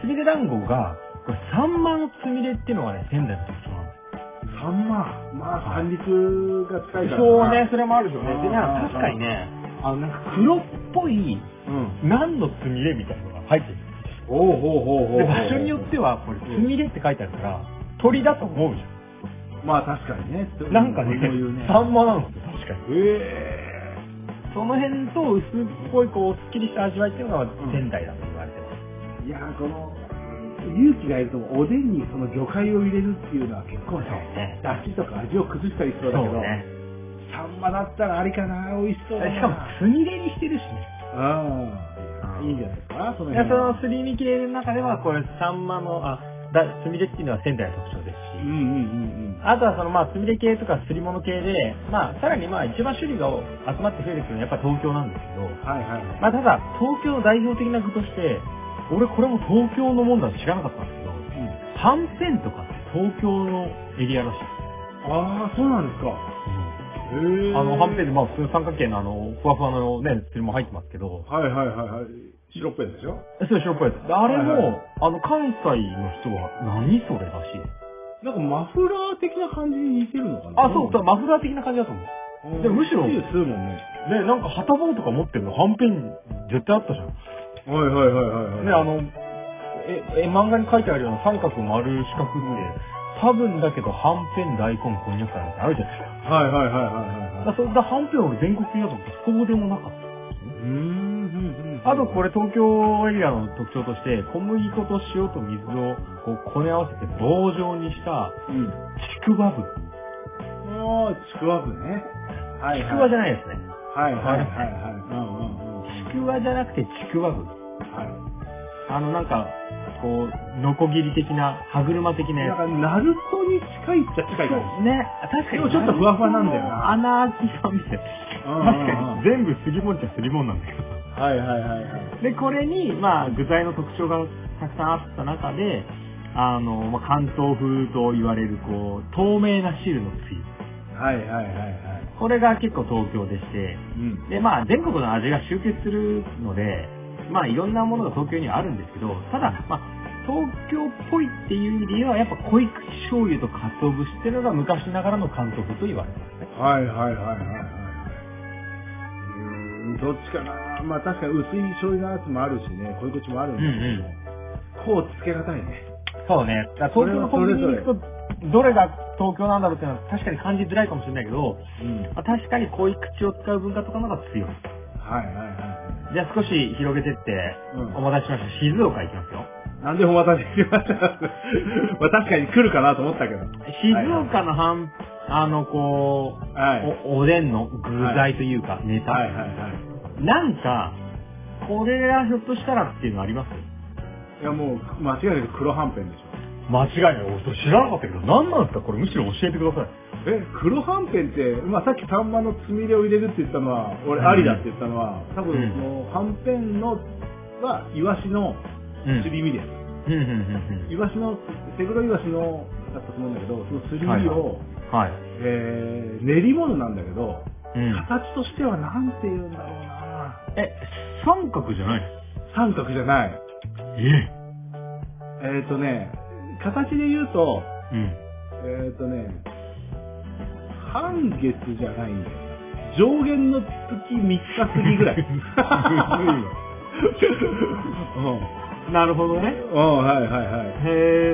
Speaker 3: すみれ団子が、これサンマのつみれっていうのがね、仙台の特徴なんです
Speaker 1: うん。三万。まあ、
Speaker 3: はい
Speaker 1: 三陸が近いから。
Speaker 3: そうね、。それもあるでしょうね。でね、
Speaker 1: あー
Speaker 3: 確かにね、
Speaker 1: あの、なんか、
Speaker 3: 黒っぽい、
Speaker 1: うん。
Speaker 3: 何のつみれみたいなのが入ってる。
Speaker 1: おうほうほうほう。
Speaker 3: で、場所によっては、これ、つみれって書いてあるから、鳥だと思うじゃ
Speaker 1: まあ確かにね。
Speaker 3: ん。なんかね
Speaker 1: そういう、ね。
Speaker 3: サンマなんですよ、確かに。
Speaker 1: え
Speaker 3: その辺と薄っぽい、こう、すっきりした味わいっていうのが
Speaker 1: ん
Speaker 3: 仙台だと言われてます。
Speaker 1: えいやー、この、勇気がいると、おでんにその魚介を入れるっていうのは結構ね、
Speaker 3: ね。
Speaker 1: だしとか味を崩したりしそ
Speaker 3: そ
Speaker 1: う
Speaker 3: う
Speaker 1: だけど、
Speaker 3: ね。
Speaker 1: サンマだったらありかな、美味しそうだな。
Speaker 3: しかも、つみれにしてるしね。
Speaker 1: ああ、いいんじゃないですか、その
Speaker 3: いや、
Speaker 1: 辺
Speaker 3: そ
Speaker 1: は。
Speaker 3: のすり身切れの中では、これ、サンマの、あ、だ、つみれっていうのは仙台の特徴です
Speaker 1: う
Speaker 3: し
Speaker 1: ん、うん
Speaker 3: あとはそのまあ、つみれ系とかすり物系で、まあ、さらにまあ、一番種類が集まって増えてくるのはやっぱ東京なんですけど、
Speaker 1: うん。はいはいはい。
Speaker 3: まあ、ただ、東京の代表的な具として、俺これも東京のもんだと知らなかったんですけど、はんぺんとかって東京のエリアらしいです。
Speaker 1: ああ、そうなんですか。へえ。
Speaker 3: あの、はんぺんでまあ、普通三角形のあの、ふわふわのね、つりも入ってますけど、
Speaker 1: はいはいはいはい。白っぺんでしょ
Speaker 3: それ白っぽいやつ。であれも、
Speaker 1: はいは
Speaker 3: あの、関西の人は、何それらしいです。
Speaker 1: なんかマフラー的な感じに似てるのかな
Speaker 3: あ、そう、だからマフラー的な感じだと思う。
Speaker 1: うん
Speaker 3: でむしろ
Speaker 1: チューするもんね。
Speaker 3: ね、なんか旗棒とか持ってるの、はんぺん絶対あったじゃん。
Speaker 1: はいはいはいはいはい。
Speaker 3: ね、あ、の、え、え、漫画に書いてあるような三角丸四角って、多分だけど、はんぺん、大根、こんにゃくなんてあるじゃないですか。
Speaker 1: はいはいはいはいはい
Speaker 3: だ
Speaker 1: は
Speaker 3: からそれだ、はんぺん俺全国的だと思ってそうでもなかっ
Speaker 1: い。
Speaker 3: た。
Speaker 1: うーん。
Speaker 3: あとこ
Speaker 1: れ。
Speaker 3: れ東京エリアの特徴として、小麦粉と塩と水をこうこね合わせて棒状にした
Speaker 1: うん。
Speaker 3: ちくわぶ。
Speaker 1: もう、ちくわぶね。は
Speaker 3: ちくわじゃ
Speaker 1: ない。
Speaker 3: ないですね。
Speaker 1: はいはいはいはい。うんうんうん。
Speaker 3: ちくわじゃなくてちくわぶ。
Speaker 1: は
Speaker 3: あのなんか、こう、ノコギリ的な、歯車的
Speaker 1: い。
Speaker 3: なや
Speaker 1: なん
Speaker 3: つ。
Speaker 1: か、ナルトに近いっちゃ近い感じ。
Speaker 3: ね、確かに。
Speaker 1: でもちょっとふわふわなんだよな
Speaker 3: 穴あきさんみたいな。
Speaker 1: うんうん
Speaker 3: 確
Speaker 1: うん
Speaker 3: かに、全部すりもんっちゃすりもんなんだけど。
Speaker 1: はいはいはいはい。
Speaker 3: で、これに、まあ、具材の特徴がたくさんあった中で、あの、まあ、関東風と言われる、こう、透明な汁のつゆ。
Speaker 1: はいはいはいはい。
Speaker 3: これが結構東京でして、
Speaker 1: うん。
Speaker 3: で、まあ、全国の味が集結するので、まあ、いろんなものが東京にはあるんですけど、ただ、まあ、東京っぽいっていう意味では、やっぱ濃い口醤油と鰹節っていうのが昔ながらの関東風と言われてますね。
Speaker 1: はいはいはいはいはい。うーん、どっちかな。まあ確かに薄い醤油のやつもあるしね、濃い口もあるんですけど、こうつけがたいね。
Speaker 3: そうね。だから東京のコンビニに行くと、どれが東京なんだろうっていうのは確かに感じづらいかもしれないけど、
Speaker 1: うん。
Speaker 3: まあ確かに濃い口を使う文化とかの方が強い。
Speaker 1: はいはいは
Speaker 3: じゃあ少し広げてって、
Speaker 1: うん
Speaker 3: お待たせしました。静岡行きますよ。
Speaker 1: い。なんでお待たせしましたまあ確かに来るかなと思ったけど。
Speaker 3: 静岡の半、あの、こう、
Speaker 1: はい。
Speaker 3: おおでんの具材というか、ネタ、
Speaker 1: はいはいはい。
Speaker 3: なんか、これがひょっとしたらっていうのあります
Speaker 1: いやもう、間違いなく黒はんぺんでしょ。
Speaker 3: 間違いない。俺それ知らなかったけど、何なんですかこれむしろ教えてください。
Speaker 1: え、黒はんぺんって、まあさっきサンマのつみれを入れるって言ったのは、俺
Speaker 3: うん
Speaker 1: ありだって言ったのは、多分
Speaker 3: うん
Speaker 1: その、はんぺんの、は、イワシの
Speaker 3: うん。
Speaker 1: すり身です。
Speaker 3: うんうんうん
Speaker 1: イワシの、セグロイワシの、だったと思うんだけど、そのすり身を、
Speaker 3: はいうん。はい。
Speaker 1: えー、練り物なんだけど、
Speaker 3: うん。
Speaker 1: 形としてはなんて言うんだろうな
Speaker 3: え、三角じゃない
Speaker 1: 三角じゃない。
Speaker 3: え
Speaker 1: えっ、ー、とね、形で言うと、
Speaker 3: うん。
Speaker 1: えっ、ー、とね、半月じゃないんだよ。上限の月3日過ぎぐら い。
Speaker 3: うん。なるほどね。
Speaker 1: うん、はいはいはい。
Speaker 3: へ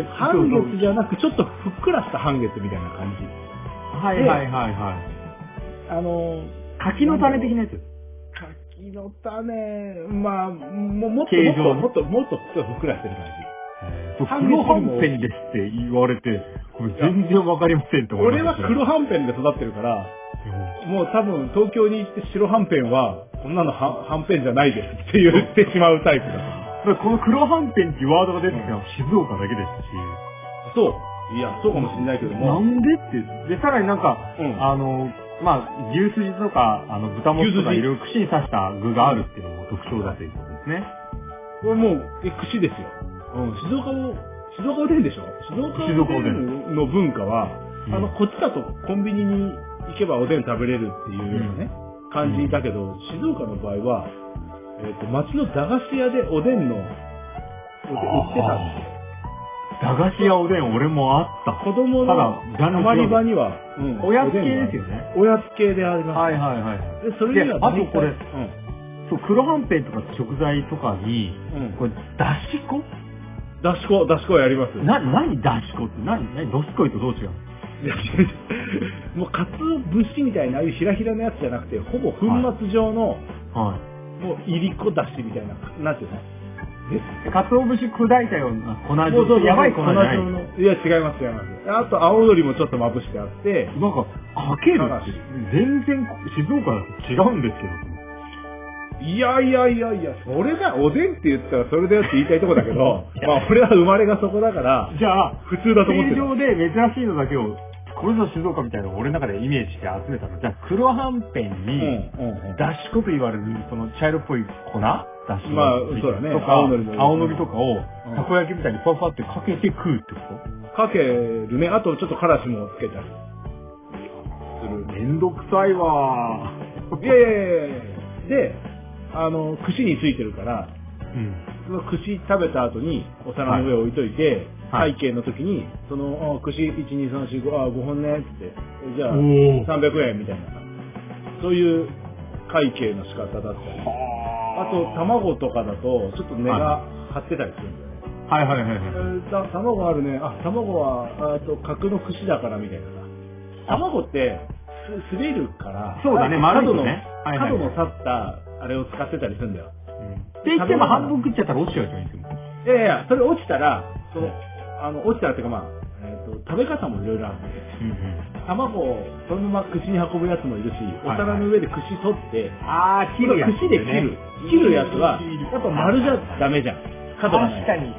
Speaker 3: え。
Speaker 1: 半月じゃなく、ちょっとふっくらした半月みたいな感じ。
Speaker 3: はいはいはいはい。
Speaker 1: あのー、
Speaker 3: 柿の種的なやつ。
Speaker 1: 柿の種、まあ、ももっと
Speaker 3: 形状
Speaker 1: もっともっともっとふっくらしてる感
Speaker 3: 黒はんぺんですって言われて、これ全然わかりませんっ
Speaker 1: じ。
Speaker 3: て思い
Speaker 1: 俺
Speaker 3: ま
Speaker 1: は
Speaker 3: した
Speaker 1: 黒はんぺんで育ってるから、もう多分東京に行って白はんぺんは、こんなのははんぺんじゃないですって言ってしまうタイプだ。
Speaker 3: うんこの黒はんぺんっていうワードが出てきたのは静岡だけでしたし。
Speaker 1: そう。いや、そうかもしれないけど
Speaker 3: な
Speaker 1: も。
Speaker 3: んでって。で、さらになんか、
Speaker 1: うん
Speaker 3: あの、まあ、牛すじとか、あの、豚もつとか
Speaker 1: 牛すじ
Speaker 3: いろいろ串に刺した具があるっていうのも特徴だということですね。
Speaker 1: これもう、え、串ですよ。うん、静岡を、静岡おでんでしょ静岡
Speaker 3: 静
Speaker 1: お
Speaker 3: 岡お
Speaker 1: で
Speaker 3: で
Speaker 1: んの文化は、
Speaker 3: うん
Speaker 1: あの、こっちだとコンビニに行けばおでん食べれるっていうようなね、感じだけど、静岡の場合は、えっ、と、町の駄菓子屋でおでんの、おでん売ってたんですよ。
Speaker 3: 駄菓子屋おでん、俺もあった。
Speaker 1: 子供
Speaker 3: た
Speaker 1: の
Speaker 3: だ
Speaker 1: た
Speaker 3: ジャンル違う
Speaker 1: まり場には、うん
Speaker 3: おやつ系
Speaker 1: おんが
Speaker 3: ですよね。
Speaker 1: おやつ系であります。
Speaker 3: はいはいはい。
Speaker 1: で、それには
Speaker 3: であとこ
Speaker 1: 大
Speaker 3: れ
Speaker 1: 体
Speaker 3: そう、黒はんぺんとか食材とかに、
Speaker 1: うん。うん。
Speaker 3: これ、だし粉
Speaker 1: 出し子、出し子やります。
Speaker 3: な、何だし粉って何何どすこいとどう違うの
Speaker 1: いや もう、かつお節みたいな、ああいうひらひらのやつじゃなくて、ほぼ粉末状の、
Speaker 3: はい。
Speaker 1: もう、いりこだしみたいな、なんていうの
Speaker 3: かつお節砕いたような粉
Speaker 1: そうそう
Speaker 3: 状。やばい粉じゃない。
Speaker 1: 粉状
Speaker 3: なんか、
Speaker 1: のいや、違います、違います。あと、青のりもちょっとまぶしてあって、
Speaker 3: かけるって、全然静岡だと違うんですけど。
Speaker 1: いやいやいやいや、それがおでんって言ったらそれだよって言いたいとこだけど、 まあ、俺は生まれがそこだから、
Speaker 3: じゃあ、
Speaker 1: 普通だと思ってる。
Speaker 3: 正常で珍しいのだけを、これぞ静岡みたいなのを俺の中でイメージして集めたの。じゃあ、黒はんぺん
Speaker 1: うん、
Speaker 3: に、
Speaker 1: うん、うん。
Speaker 3: だし粉と言われる、その茶色っぽい粉だし粉
Speaker 1: まあそうだね
Speaker 3: とか、
Speaker 1: 青のりも
Speaker 3: 青のりとかを
Speaker 1: う、ん
Speaker 3: たこ焼きみたいにふわふわってかけて食うってこと
Speaker 1: かけるね、あとちょっとからしもつけたりする。
Speaker 3: めんどくさいわ
Speaker 1: いやいやいやいやいやで、あの、串についてるから、
Speaker 3: うん。
Speaker 1: その串食べた後にお皿の上を置いといて、
Speaker 3: はい
Speaker 1: 会計の時に、その、あ串1、2、3、4、5、あ、5本ね、つって、じゃあ、
Speaker 3: おー
Speaker 1: 300円みたいな。そういう会計の仕方だったり。あと、卵とかだと、ちょっと値が張ってたりするんだよね。
Speaker 3: はいはいはいはい。
Speaker 1: えーだ卵あるね。あ、卵は、あと、角の串だからみたいなさ。卵って、す滑るから、
Speaker 3: そうだね丸い
Speaker 1: 角
Speaker 3: と
Speaker 1: の、
Speaker 3: ねはいはい
Speaker 1: 角の立った、あれを使ってたりするんだよ。
Speaker 3: って言っても半分食っちゃったら落ちちゃうじゃん、いつも。
Speaker 1: いやいや、それ落ちたら、その、あの、落ちたらっていうかまあ、えーと、食べ方もいろいろあるんで、卵をそのまま口に運ぶやつもいるし、お
Speaker 3: はいはい
Speaker 1: 皿の上で串取って、
Speaker 3: あー、
Speaker 1: 串で切る。切るやつは、やっぱ丸じゃダメじゃん。角がない。
Speaker 3: に。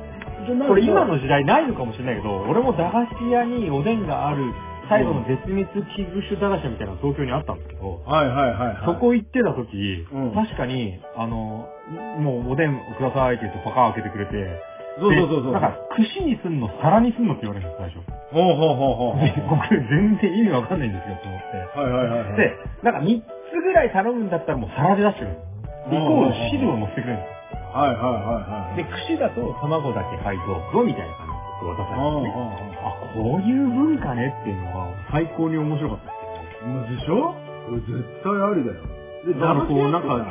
Speaker 1: でなんか
Speaker 3: これ今の時代ないのかもしれないけど、俺も駄菓子屋におでんがある、最後の絶滅危惧種駄菓子屋みたいなの東京にあったんですけど、
Speaker 1: はいはいはい、はい。
Speaker 3: そこ行ってた時、
Speaker 1: うん
Speaker 3: 確かに、あの、もうおでんくださいって言ってパカ開けてくれて、
Speaker 1: そうそうそうそう。
Speaker 3: でなんか、串にすんの、皿にすんのって言われるんですよ、
Speaker 1: ほうほうほうほう
Speaker 3: 最初。僕、全然意味わかんないんですよ、と思って。
Speaker 1: はいはいはいはい。
Speaker 3: で、なんか3つぐらい頼むんだったらもう皿で出してくれる。イコール汁を持ってくれるんで
Speaker 1: はいはいはいはい。
Speaker 3: すよ。で、串だと卵だけ配当ぞみたいな感じで渡されるんですね。
Speaker 1: う
Speaker 3: あ、こういう文化ねっていうのは最高に面白かったです
Speaker 1: んうんうん。でしょこれ絶対ありだよ。で、
Speaker 3: だから
Speaker 1: 駄菓子
Speaker 3: こう
Speaker 1: 屋
Speaker 3: な
Speaker 1: っ
Speaker 3: ん
Speaker 1: て
Speaker 3: かね。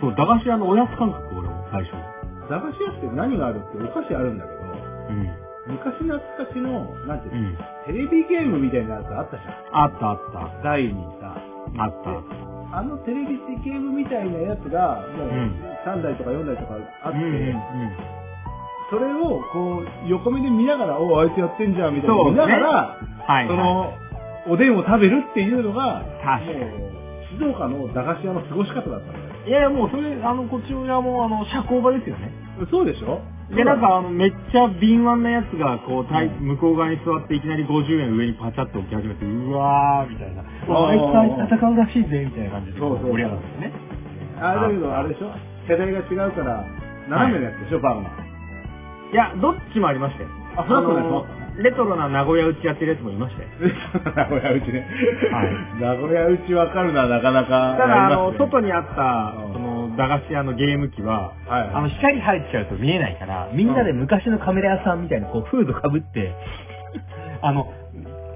Speaker 3: そう、駄菓子屋のおやつ感覚、俺も最初。
Speaker 1: さ駄菓子屋って何があるってお菓子あるんだけど、
Speaker 3: うん。
Speaker 1: 昔懐かしの、なんていう
Speaker 3: う
Speaker 1: の、
Speaker 3: ん。
Speaker 1: テレビゲームみたいなやつあったじゃ
Speaker 3: あったあった。
Speaker 1: ん。台にさ、
Speaker 3: あったあった。
Speaker 1: あのテレビゲームみたいなやつが、もう
Speaker 3: うん
Speaker 1: 3台とか4台とかあって、
Speaker 3: うんうん
Speaker 1: それをこう横目で見ながら、おあいつやってんじゃんみたいなの
Speaker 3: そう
Speaker 1: 見な
Speaker 3: ね
Speaker 1: がら、
Speaker 3: はい、
Speaker 1: そ
Speaker 3: はい。
Speaker 1: の、おでんを食べるっていうのが、
Speaker 3: 確かに
Speaker 1: もう、静岡の駄菓子屋の過ごし方だったんだよ。
Speaker 3: いやいや、もうそれ、あの、こっちらも、あの、社交場ですよね。
Speaker 1: そうでしょ
Speaker 3: で、なん、か、あの、めっちゃ敏腕なやつが、こう、たい向こう側に座って、いきなり50円上にパチャッと置き始めて、うわー、みたいな。あいつあいつ戦うらしいぜ、みたいな感じで、
Speaker 1: そうそうそう
Speaker 3: 盛り上がるんですね。
Speaker 1: あれだけど、あれでしょ世代が違うから、斜めのやつでしょ、バンは。
Speaker 3: いや、どっちもありましたよ。
Speaker 1: あそうなんだ
Speaker 3: のレトロな名古屋うちやってるやつもいましたよ。
Speaker 1: 名古屋うちね。。
Speaker 3: はい
Speaker 1: 名古屋うちわかるな、なかな
Speaker 3: た
Speaker 1: か。
Speaker 3: だ、あの、
Speaker 1: に。
Speaker 3: 外にあった
Speaker 1: うん、
Speaker 3: その、駄菓子屋のゲーム機は、
Speaker 1: はいはい
Speaker 3: あの、光入っちゃうと見えないから、みんなで昔のカメラ屋さんみたいに、こう、フードかぶって、あの、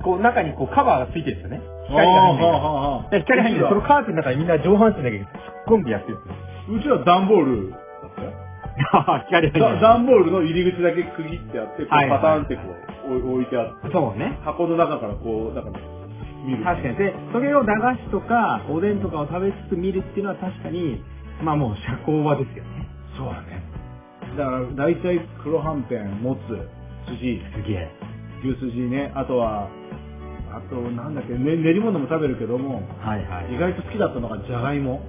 Speaker 3: こう中にこうカバーがついてるんですよね。
Speaker 1: あー
Speaker 3: 光が入んないから。
Speaker 1: はあはあ
Speaker 3: で光が入んない。そのカーテンの中にみんな上半身だけ突っ込んでやってる。
Speaker 1: うちは段ボールだったよ。
Speaker 3: ああ、光入ん
Speaker 1: だ
Speaker 3: ない。
Speaker 1: 段ボールの入り口だけ区切ってあって、こう
Speaker 3: はいはい
Speaker 1: パターンってこう置い置いてあって、
Speaker 3: そうね。
Speaker 1: 箱の中からこう、なんか見る。
Speaker 3: 確かに。で、それを駄菓子とか、おでんとかを食べつつ見るっていうのは確かに、まあもう社交場ですよね。
Speaker 1: そうだね。だから、大体黒はんぺん、もつ、筋、
Speaker 3: すげえ。
Speaker 1: 牛筋ね、あとは、あと、なんだっけ、ね、練り物も食べるけども、
Speaker 3: はいは
Speaker 1: 意。外と好きだったのがじゃがいも。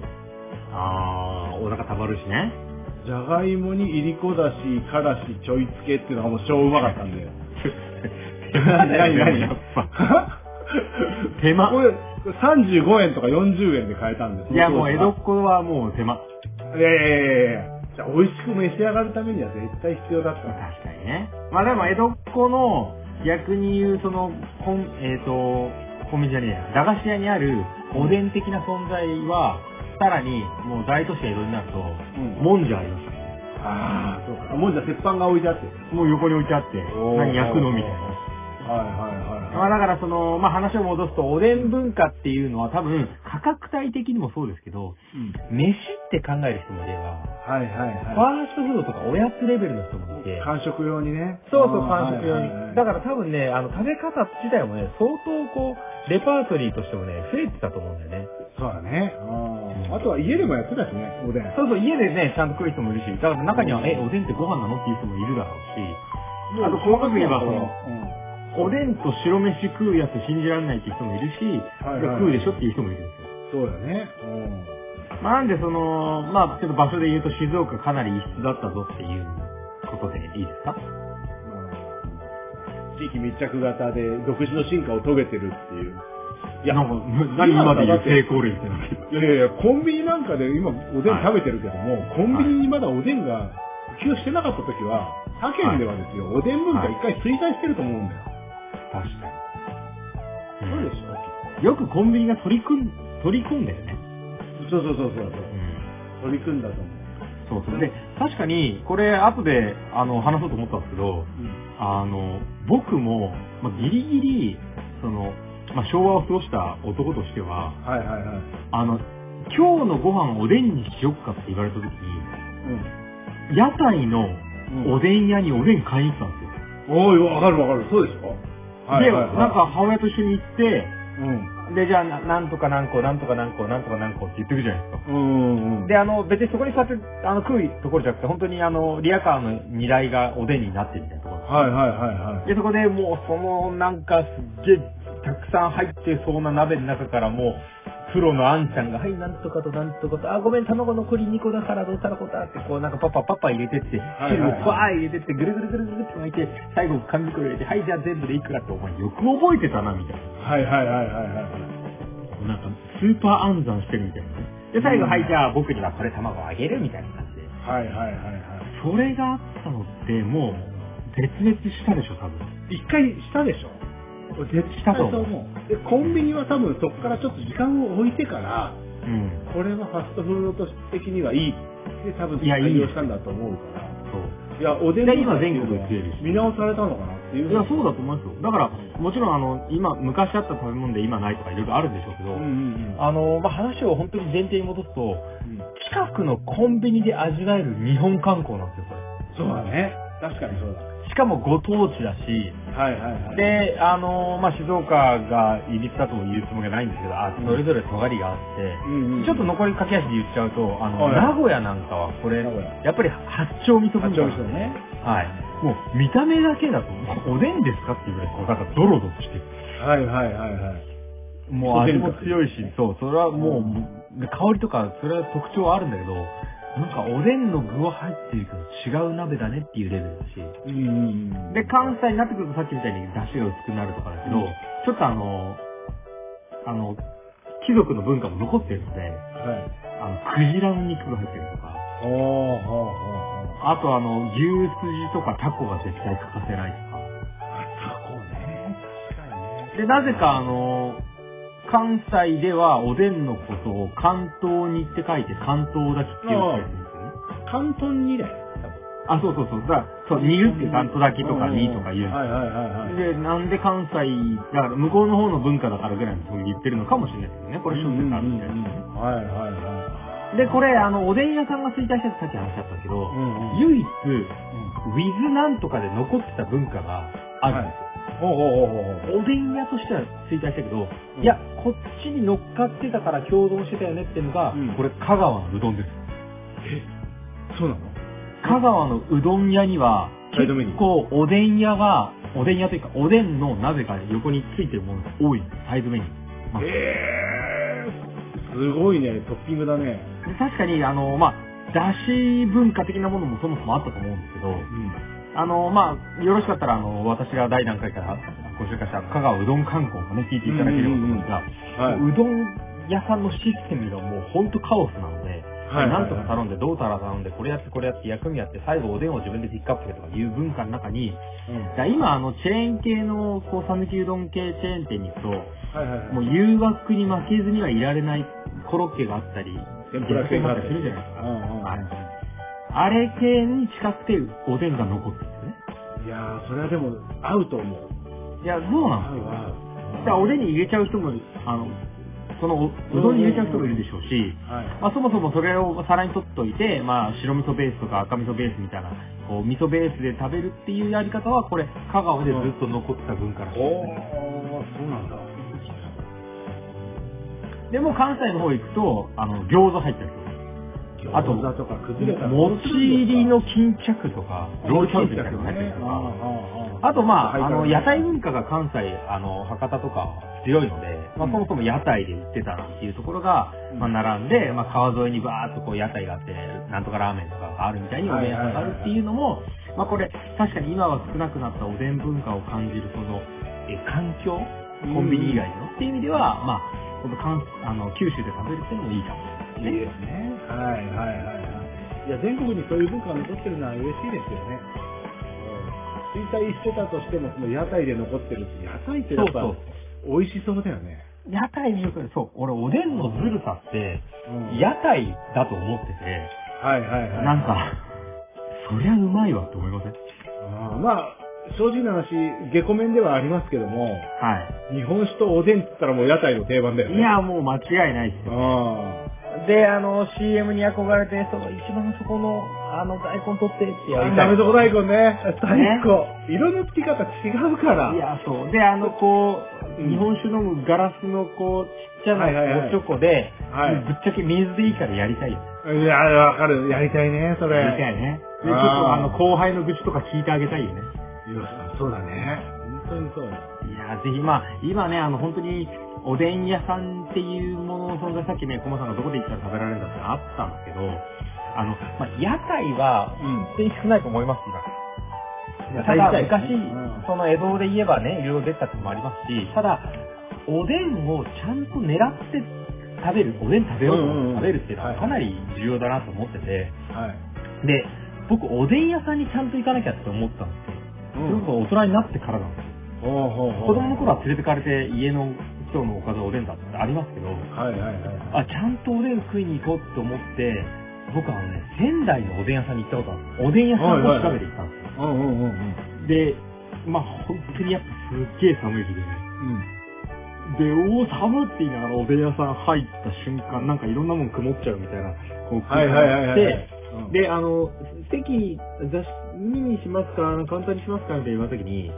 Speaker 3: ああ、お腹たまるしね。
Speaker 1: じゃがいもにいりこだし、からし、ちょいつけっていうのがもう超うまかったん で。
Speaker 3: 手
Speaker 1: 間だよね
Speaker 3: やっぱ。手間
Speaker 1: こ。れ、35円とか40円で買えたんです
Speaker 3: いやもう江戸っ子はもう手間。
Speaker 1: いやいやいやいやじゃあ美味しく召し上がるためには絶対必要だったね。
Speaker 3: 確かにね。まあでも江戸っ子の、逆に言うその、コンえっ、と、コンビニじゃねえや、駄菓子屋にあるおでん的な存在は、さらに、もう大都市江戸になると、
Speaker 1: ん
Speaker 3: もんじゃあります。
Speaker 1: ああ、そうか。もんじゃ鉄板が置いてあって。
Speaker 3: もう横に置いてあって、
Speaker 1: おー
Speaker 3: 何焼くのみたいな。
Speaker 1: はいはい
Speaker 3: まあだからその、まあ話を戻すと、おでん文化っていうのは多分、価格帯的にもそうですけど、
Speaker 1: い。うん。
Speaker 3: 飯って考える人もいれば、
Speaker 1: はいはい
Speaker 3: フ
Speaker 1: は
Speaker 3: ァーストフードとかおやつレベルの人もい
Speaker 1: い
Speaker 3: て。、
Speaker 1: 完食用にね。
Speaker 3: そうそう、完食用
Speaker 1: はいはいは
Speaker 3: に。
Speaker 1: い
Speaker 3: だから多分ね、あの、食べ方自体もね、相当こう、レパートリーとしてもね、増えてたと思うんだよね。
Speaker 1: そうだね。あーあとは家でもやってたしね、おでん。
Speaker 3: そうそう、家でね、ちゃんと食う人もいるし、だから中には、え、おでんってご飯なのっていう人もいるだろうし、あと細かく言えばそ
Speaker 1: う
Speaker 3: のおでんと白飯食うやつ信じられないっていう人もいるし、
Speaker 1: はいはい
Speaker 3: いや食うでしょっていう人もいるんですよ。
Speaker 1: ん。そうだね。うん。
Speaker 3: まあ、なんでその、まあ、ちょっと場所で言うと静岡かなり異質だったぞっていうことでいいですか
Speaker 1: 地域密着型で独自の進化を遂げてるっていう。いや
Speaker 3: なんか、何今で言う成功例みたいない
Speaker 1: やいやいや、コンビニなんかで今おでん食べてるけども、コンビニにまだおでんが普及してなかった時は、他県ではですよ、おでん文化一回衰退してると思うんだよ。
Speaker 3: 確か
Speaker 1: そうでし
Speaker 3: よくコンビニが取り組ん、取り組んだよね。
Speaker 1: ょそうそうそうそうそう。取り組んだと思う。
Speaker 3: そうそう。で、確かに、これ、後で、あの、話そうと思ったんですけど、あの、僕も、まあ、ギリギリ、その、まあ、昭和を過ごした男としては、
Speaker 1: はいはいはい。
Speaker 3: あの、今日のご飯おでんにしよっかって言われた時に、
Speaker 1: う
Speaker 3: 屋台の
Speaker 1: ん。うん
Speaker 3: おでん屋におでん買いに行ってたんですよ。
Speaker 1: おい、わかるわかる。そうでしょ
Speaker 3: で、なん、か母親と一緒に行って、
Speaker 1: うん。
Speaker 3: で、じゃあ、ななんとか何個、なんとか何個、なんとか何個って言ってくじゃないです
Speaker 1: う
Speaker 3: か。
Speaker 1: んうん。
Speaker 3: で、あの、別にそこに座って、あの、食うところじゃなくて、本当にあの、リアカーの荷台がおでんになってるみたいなところ。
Speaker 1: はいはいはいはい。
Speaker 3: で、そこでもう、その、なんか、すっげえ、たくさん入ってそうな鍋の中からもう、プロのあんちゃんが、はい、なんとかとなんとかと、あ、ごめん、卵残り2個だからどうたらこうたらって、こう、なんかパパパパ入れてって、
Speaker 1: はい
Speaker 3: 汁を
Speaker 1: はいはい
Speaker 3: バー入れてって、ぐるぐるぐるぐるって巻いて、最後紙袋入れて、はい、じゃあ全部でいくらって、お前よく覚えてたな、みたいな。
Speaker 1: はいはいはいはいはい。
Speaker 3: なんか、スーパー暗算してるみたいな。で、最後、
Speaker 1: うん
Speaker 3: はい、じゃあ僕にはこれ卵あげるみたいな感じで。
Speaker 1: はいはいはいは
Speaker 3: それがあったのって、もう、絶滅したでしょ、多分。
Speaker 1: い。一回したでしょ
Speaker 3: 絶したと
Speaker 1: そう
Speaker 3: 思う。
Speaker 1: 思う。で、コンビニは多分そこからちょっと時間を置いてから、
Speaker 3: うん。
Speaker 1: これはファストフード的にはいい。で、多分
Speaker 3: いやいい
Speaker 1: 採用したんだと思うから。
Speaker 3: そう。
Speaker 1: いや、おでん
Speaker 3: で
Speaker 1: 文化
Speaker 3: 今
Speaker 1: ってい
Speaker 3: 全
Speaker 1: うの
Speaker 3: 国
Speaker 1: は
Speaker 3: で強いでし
Speaker 1: 見直されたのかなっていう。
Speaker 3: ょ。いや、そうだと思いますよ。だから、もちろん、あの、今、昔あった食べ物で今ないとかいろいろあるんでしょうけど、
Speaker 1: うんうん
Speaker 3: あの、まあ、話を本当に前提に戻すと、
Speaker 1: うん。
Speaker 3: 近くのコンビニで味わえる日本観光なんですよ、これ。
Speaker 1: そうだね。確かにそう
Speaker 3: しかもご当地だし、
Speaker 1: だ。はいはいはい。
Speaker 3: で、あのまあ、静岡がいびつだとも言うつもりがないんですけど、あそれぞれ尖りがあって、
Speaker 1: うんうん、
Speaker 3: ちょっと残り駆け足で言っちゃうと、あの、
Speaker 1: はい
Speaker 3: 名古屋なんかはこれ
Speaker 1: 名古屋、
Speaker 3: やっぱり八丁味噌
Speaker 1: 八
Speaker 3: 文化
Speaker 1: 丁
Speaker 3: なん
Speaker 1: 味噌
Speaker 3: で。
Speaker 1: ね。
Speaker 3: はい。もう見た目だけだと、おでんですかっていうぐらい、こう、なんかドロドロしてる。
Speaker 1: はいはいはいはい。
Speaker 3: もう味も強いし
Speaker 1: おでんですね、
Speaker 3: そう、それはもう、で香りとか、それは特徴はあるんだけど、なんかおでんの具は入ってるけど違う鍋だねっていうレベルだし。
Speaker 1: うんうんうん。
Speaker 3: で、関西になってくるとさっきみたいに出汁が薄くなるとかだけど、
Speaker 1: うん
Speaker 3: ちょっとあの、あの、貴族の文化も残ってるので、
Speaker 1: はい。
Speaker 3: あの、クジラの肉が入ってるとか、
Speaker 1: おー、ほうほうほう。
Speaker 3: あとあの、牛すじとかタコが絶対欠かせないとか。
Speaker 1: タコね。確かにね。
Speaker 3: で、なぜかあの、関西ではおでんのことを関東にって書いて関東だけって言ってるんですよね。
Speaker 1: 関東にだよ。
Speaker 3: あ、そうそうそう。だから、そう、煮るってなんとだけとか煮とか言う。
Speaker 1: はいはいはいはい。
Speaker 3: で、なんで関西、だから向こうの方の文化だからぐらいのつもりで言ってるのかもしれないですよね。これ諸説あるみたいな
Speaker 1: うんうんうんうんはいはいはい。
Speaker 3: で、これ、あの、おでん屋さんが衰退したってさっき話しちゃったけど、
Speaker 1: うんうん
Speaker 3: 唯一、ウィズなんとかで残ってた文化があるんですよ。
Speaker 1: おうおうおうおう
Speaker 3: おでん屋としては衰退したけど、
Speaker 1: うん
Speaker 3: いや、こっちに乗っかってたから共存してたよねっていうのが、
Speaker 1: うん
Speaker 3: これ、香川のうどんです。
Speaker 1: そうなの
Speaker 3: 香川のうどん屋には、
Speaker 1: サイ
Speaker 3: 結
Speaker 1: ドメニュー
Speaker 3: 構おでん屋は、おでん屋というか、おでんのなぜか横についてるものが多いんですサイドメニュー。まあ
Speaker 1: えー、すごいね、トッピングだね。
Speaker 3: で確かに、あの、まあ、だし文化的なものもそもそもあったと思うんですけど、
Speaker 1: うん。
Speaker 3: あの、まあ、よろしかったら、あの、私が第何回からご紹介した香川うどん観光もね、聞いていただければと思うんですが、
Speaker 1: はい。
Speaker 3: うどん屋さんのシステムがもうほんとカオスなので、
Speaker 1: はい
Speaker 3: なんとか頼んで、どうたら頼んで、これやってこれやって、薬味やって、最後おでんを自分でピックアップするとかいう文化の中に、
Speaker 1: うん
Speaker 3: だから今あの、チェーン系の、こう、讃岐うどん系チェーン店に行くと、
Speaker 1: はいはいはい。
Speaker 3: もう誘惑に負けずにはいられないコロッケがあったり、
Speaker 1: 天ぷら系
Speaker 3: が
Speaker 1: があ
Speaker 3: あっ
Speaker 1: ったた
Speaker 3: り
Speaker 1: り
Speaker 3: するじゃないですか。
Speaker 1: うんうん
Speaker 3: あれあれ系に近くておでんが残ってるんですよね。
Speaker 1: いやー、それはでも、合うと思う。
Speaker 3: いや、そう
Speaker 1: 合
Speaker 3: な
Speaker 1: う
Speaker 3: の。だか
Speaker 1: 合
Speaker 3: ら
Speaker 1: う。
Speaker 3: おでんに入れちゃう人も、あの、そのお、うどんに入れちゃう人もいるでしょうし、
Speaker 1: はい。
Speaker 3: まあそもそもそれを皿に取っておいて、まあ白味噌ベースとか赤味噌ベースみたいな、こう味噌ベースで食べるっていうやり方は、これ、香川でずっと残ってた文化らしいで
Speaker 1: お
Speaker 3: すね。
Speaker 1: ー、そうなんだ。
Speaker 3: でも関西の方行くと、あの、餃子入ってる。あと
Speaker 1: 餃子とか崩れた
Speaker 3: もち入りの巾着とか、ロールキャベツみたいなのが入ってるとか。
Speaker 1: あ
Speaker 3: あとまあ、あの、屋台
Speaker 1: うん
Speaker 3: 文化が関西、あの、博多とか強いので、まあ
Speaker 1: うん
Speaker 3: そもそも屋台で売ってたっていうところが、
Speaker 1: うん
Speaker 3: まあ並んで、まあ川沿いにバーっとこう屋台があって、なんとかラーメンとかがあるみたいにお
Speaker 1: はい
Speaker 3: でん屋さんがあるっていうのも、まあこれ、確かに今は少なくなったおでん文化を感じるその、え、環境コンビニ以外のっていう意味では、まあ、この関あの九州で食べるっていうのもいいかもしれない
Speaker 1: い
Speaker 3: です
Speaker 1: です
Speaker 3: ね。
Speaker 1: ね。はいはいはいはい。いや、全国にそういう文化が残ってるのは嬉しいですよね。うん衰退してたとしても、その屋台で残ってるって、屋台ってやっぱ
Speaker 3: そう
Speaker 1: 美味しそうだよね。
Speaker 3: 屋台によく、そう、俺おでんのずるさって、
Speaker 1: うん
Speaker 3: 屋台だと思ってて、
Speaker 1: はいはいはい。
Speaker 3: なんか、そりゃうまいわって思いません
Speaker 1: あーまあ、正直な話、下戸面ではありますけども、
Speaker 3: は
Speaker 1: 日本酒とおでんって言ったらもう屋台の定番だよね。
Speaker 3: いや、もう間違いないですよ。
Speaker 1: あ
Speaker 3: で、あの、CM に憧れて、その一番そこの、あの、大根取ってって
Speaker 1: あ。
Speaker 3: りた
Speaker 1: ダメ
Speaker 3: い。
Speaker 1: 底大根ね。大根。色の付き方違うから。
Speaker 3: いや、そう。で、あの、こう、
Speaker 1: うん
Speaker 3: 日本酒飲むガラスの、こう、ちっちゃな
Speaker 1: はいはいはい
Speaker 3: おちょこで、
Speaker 1: はい
Speaker 3: ぶっちゃけ水でいいからやりたいよ。
Speaker 1: いや、わかる。やりたいね、そ
Speaker 3: やりた
Speaker 1: れ。
Speaker 3: いね。で、ちょっ
Speaker 1: あー
Speaker 3: とあの、後輩の愚痴とか聞いてあげたいよね。
Speaker 1: いやそうだね。本当にそうだ。
Speaker 3: いやーぜひ、まあ、今ね、あの、本当に、おでん屋さんっていうものの存在、さっきね、コマさんがどこで行ったら食べられるんだってあったんですけど、あの、まあ、屋台は、
Speaker 1: うん。
Speaker 3: 本当に少ないと思います、今。た
Speaker 1: 屋
Speaker 3: だ、
Speaker 1: 台自体
Speaker 3: 昔
Speaker 1: ねうん、
Speaker 3: その江戸で言えばね、いろいろ出てたってのもありますし、ただ、おでんをちゃんと狙って食べる、おでん食べようと思って食べるっていうのは
Speaker 1: うん
Speaker 3: か
Speaker 1: うんうん
Speaker 3: なり重要だなと思ってて、
Speaker 1: はい。
Speaker 3: で、僕、おでん屋さんにちゃんと行かなきゃって思ったんですよ。
Speaker 1: うん
Speaker 3: それこそ大人になってからなんですよ。
Speaker 1: ほうほうほう。
Speaker 3: 子供の頃は連れてかれて家の人のおかずおでんだってありますけど、
Speaker 1: はいはいはい。
Speaker 3: あ、ちゃんとおでん食いに行こうって思って、僕はあのね、仙台のおでん屋さんに行ったことあるんですよおでん屋さんを調べて行ったんですよ。
Speaker 1: うんうんうんうん。
Speaker 3: で、まあ本当にやっぱすっげえ寒い日で、
Speaker 1: うん。
Speaker 3: で、おー、寒って言いながらおでん屋さん入った瞬間、なんかいろんなもん曇っちゃうみたいな、こう、
Speaker 1: はいはいはいはい。
Speaker 3: で、
Speaker 1: うん、
Speaker 3: で、あの、席、雑誌にしますか、簡単にしますかみたいな言われた時に、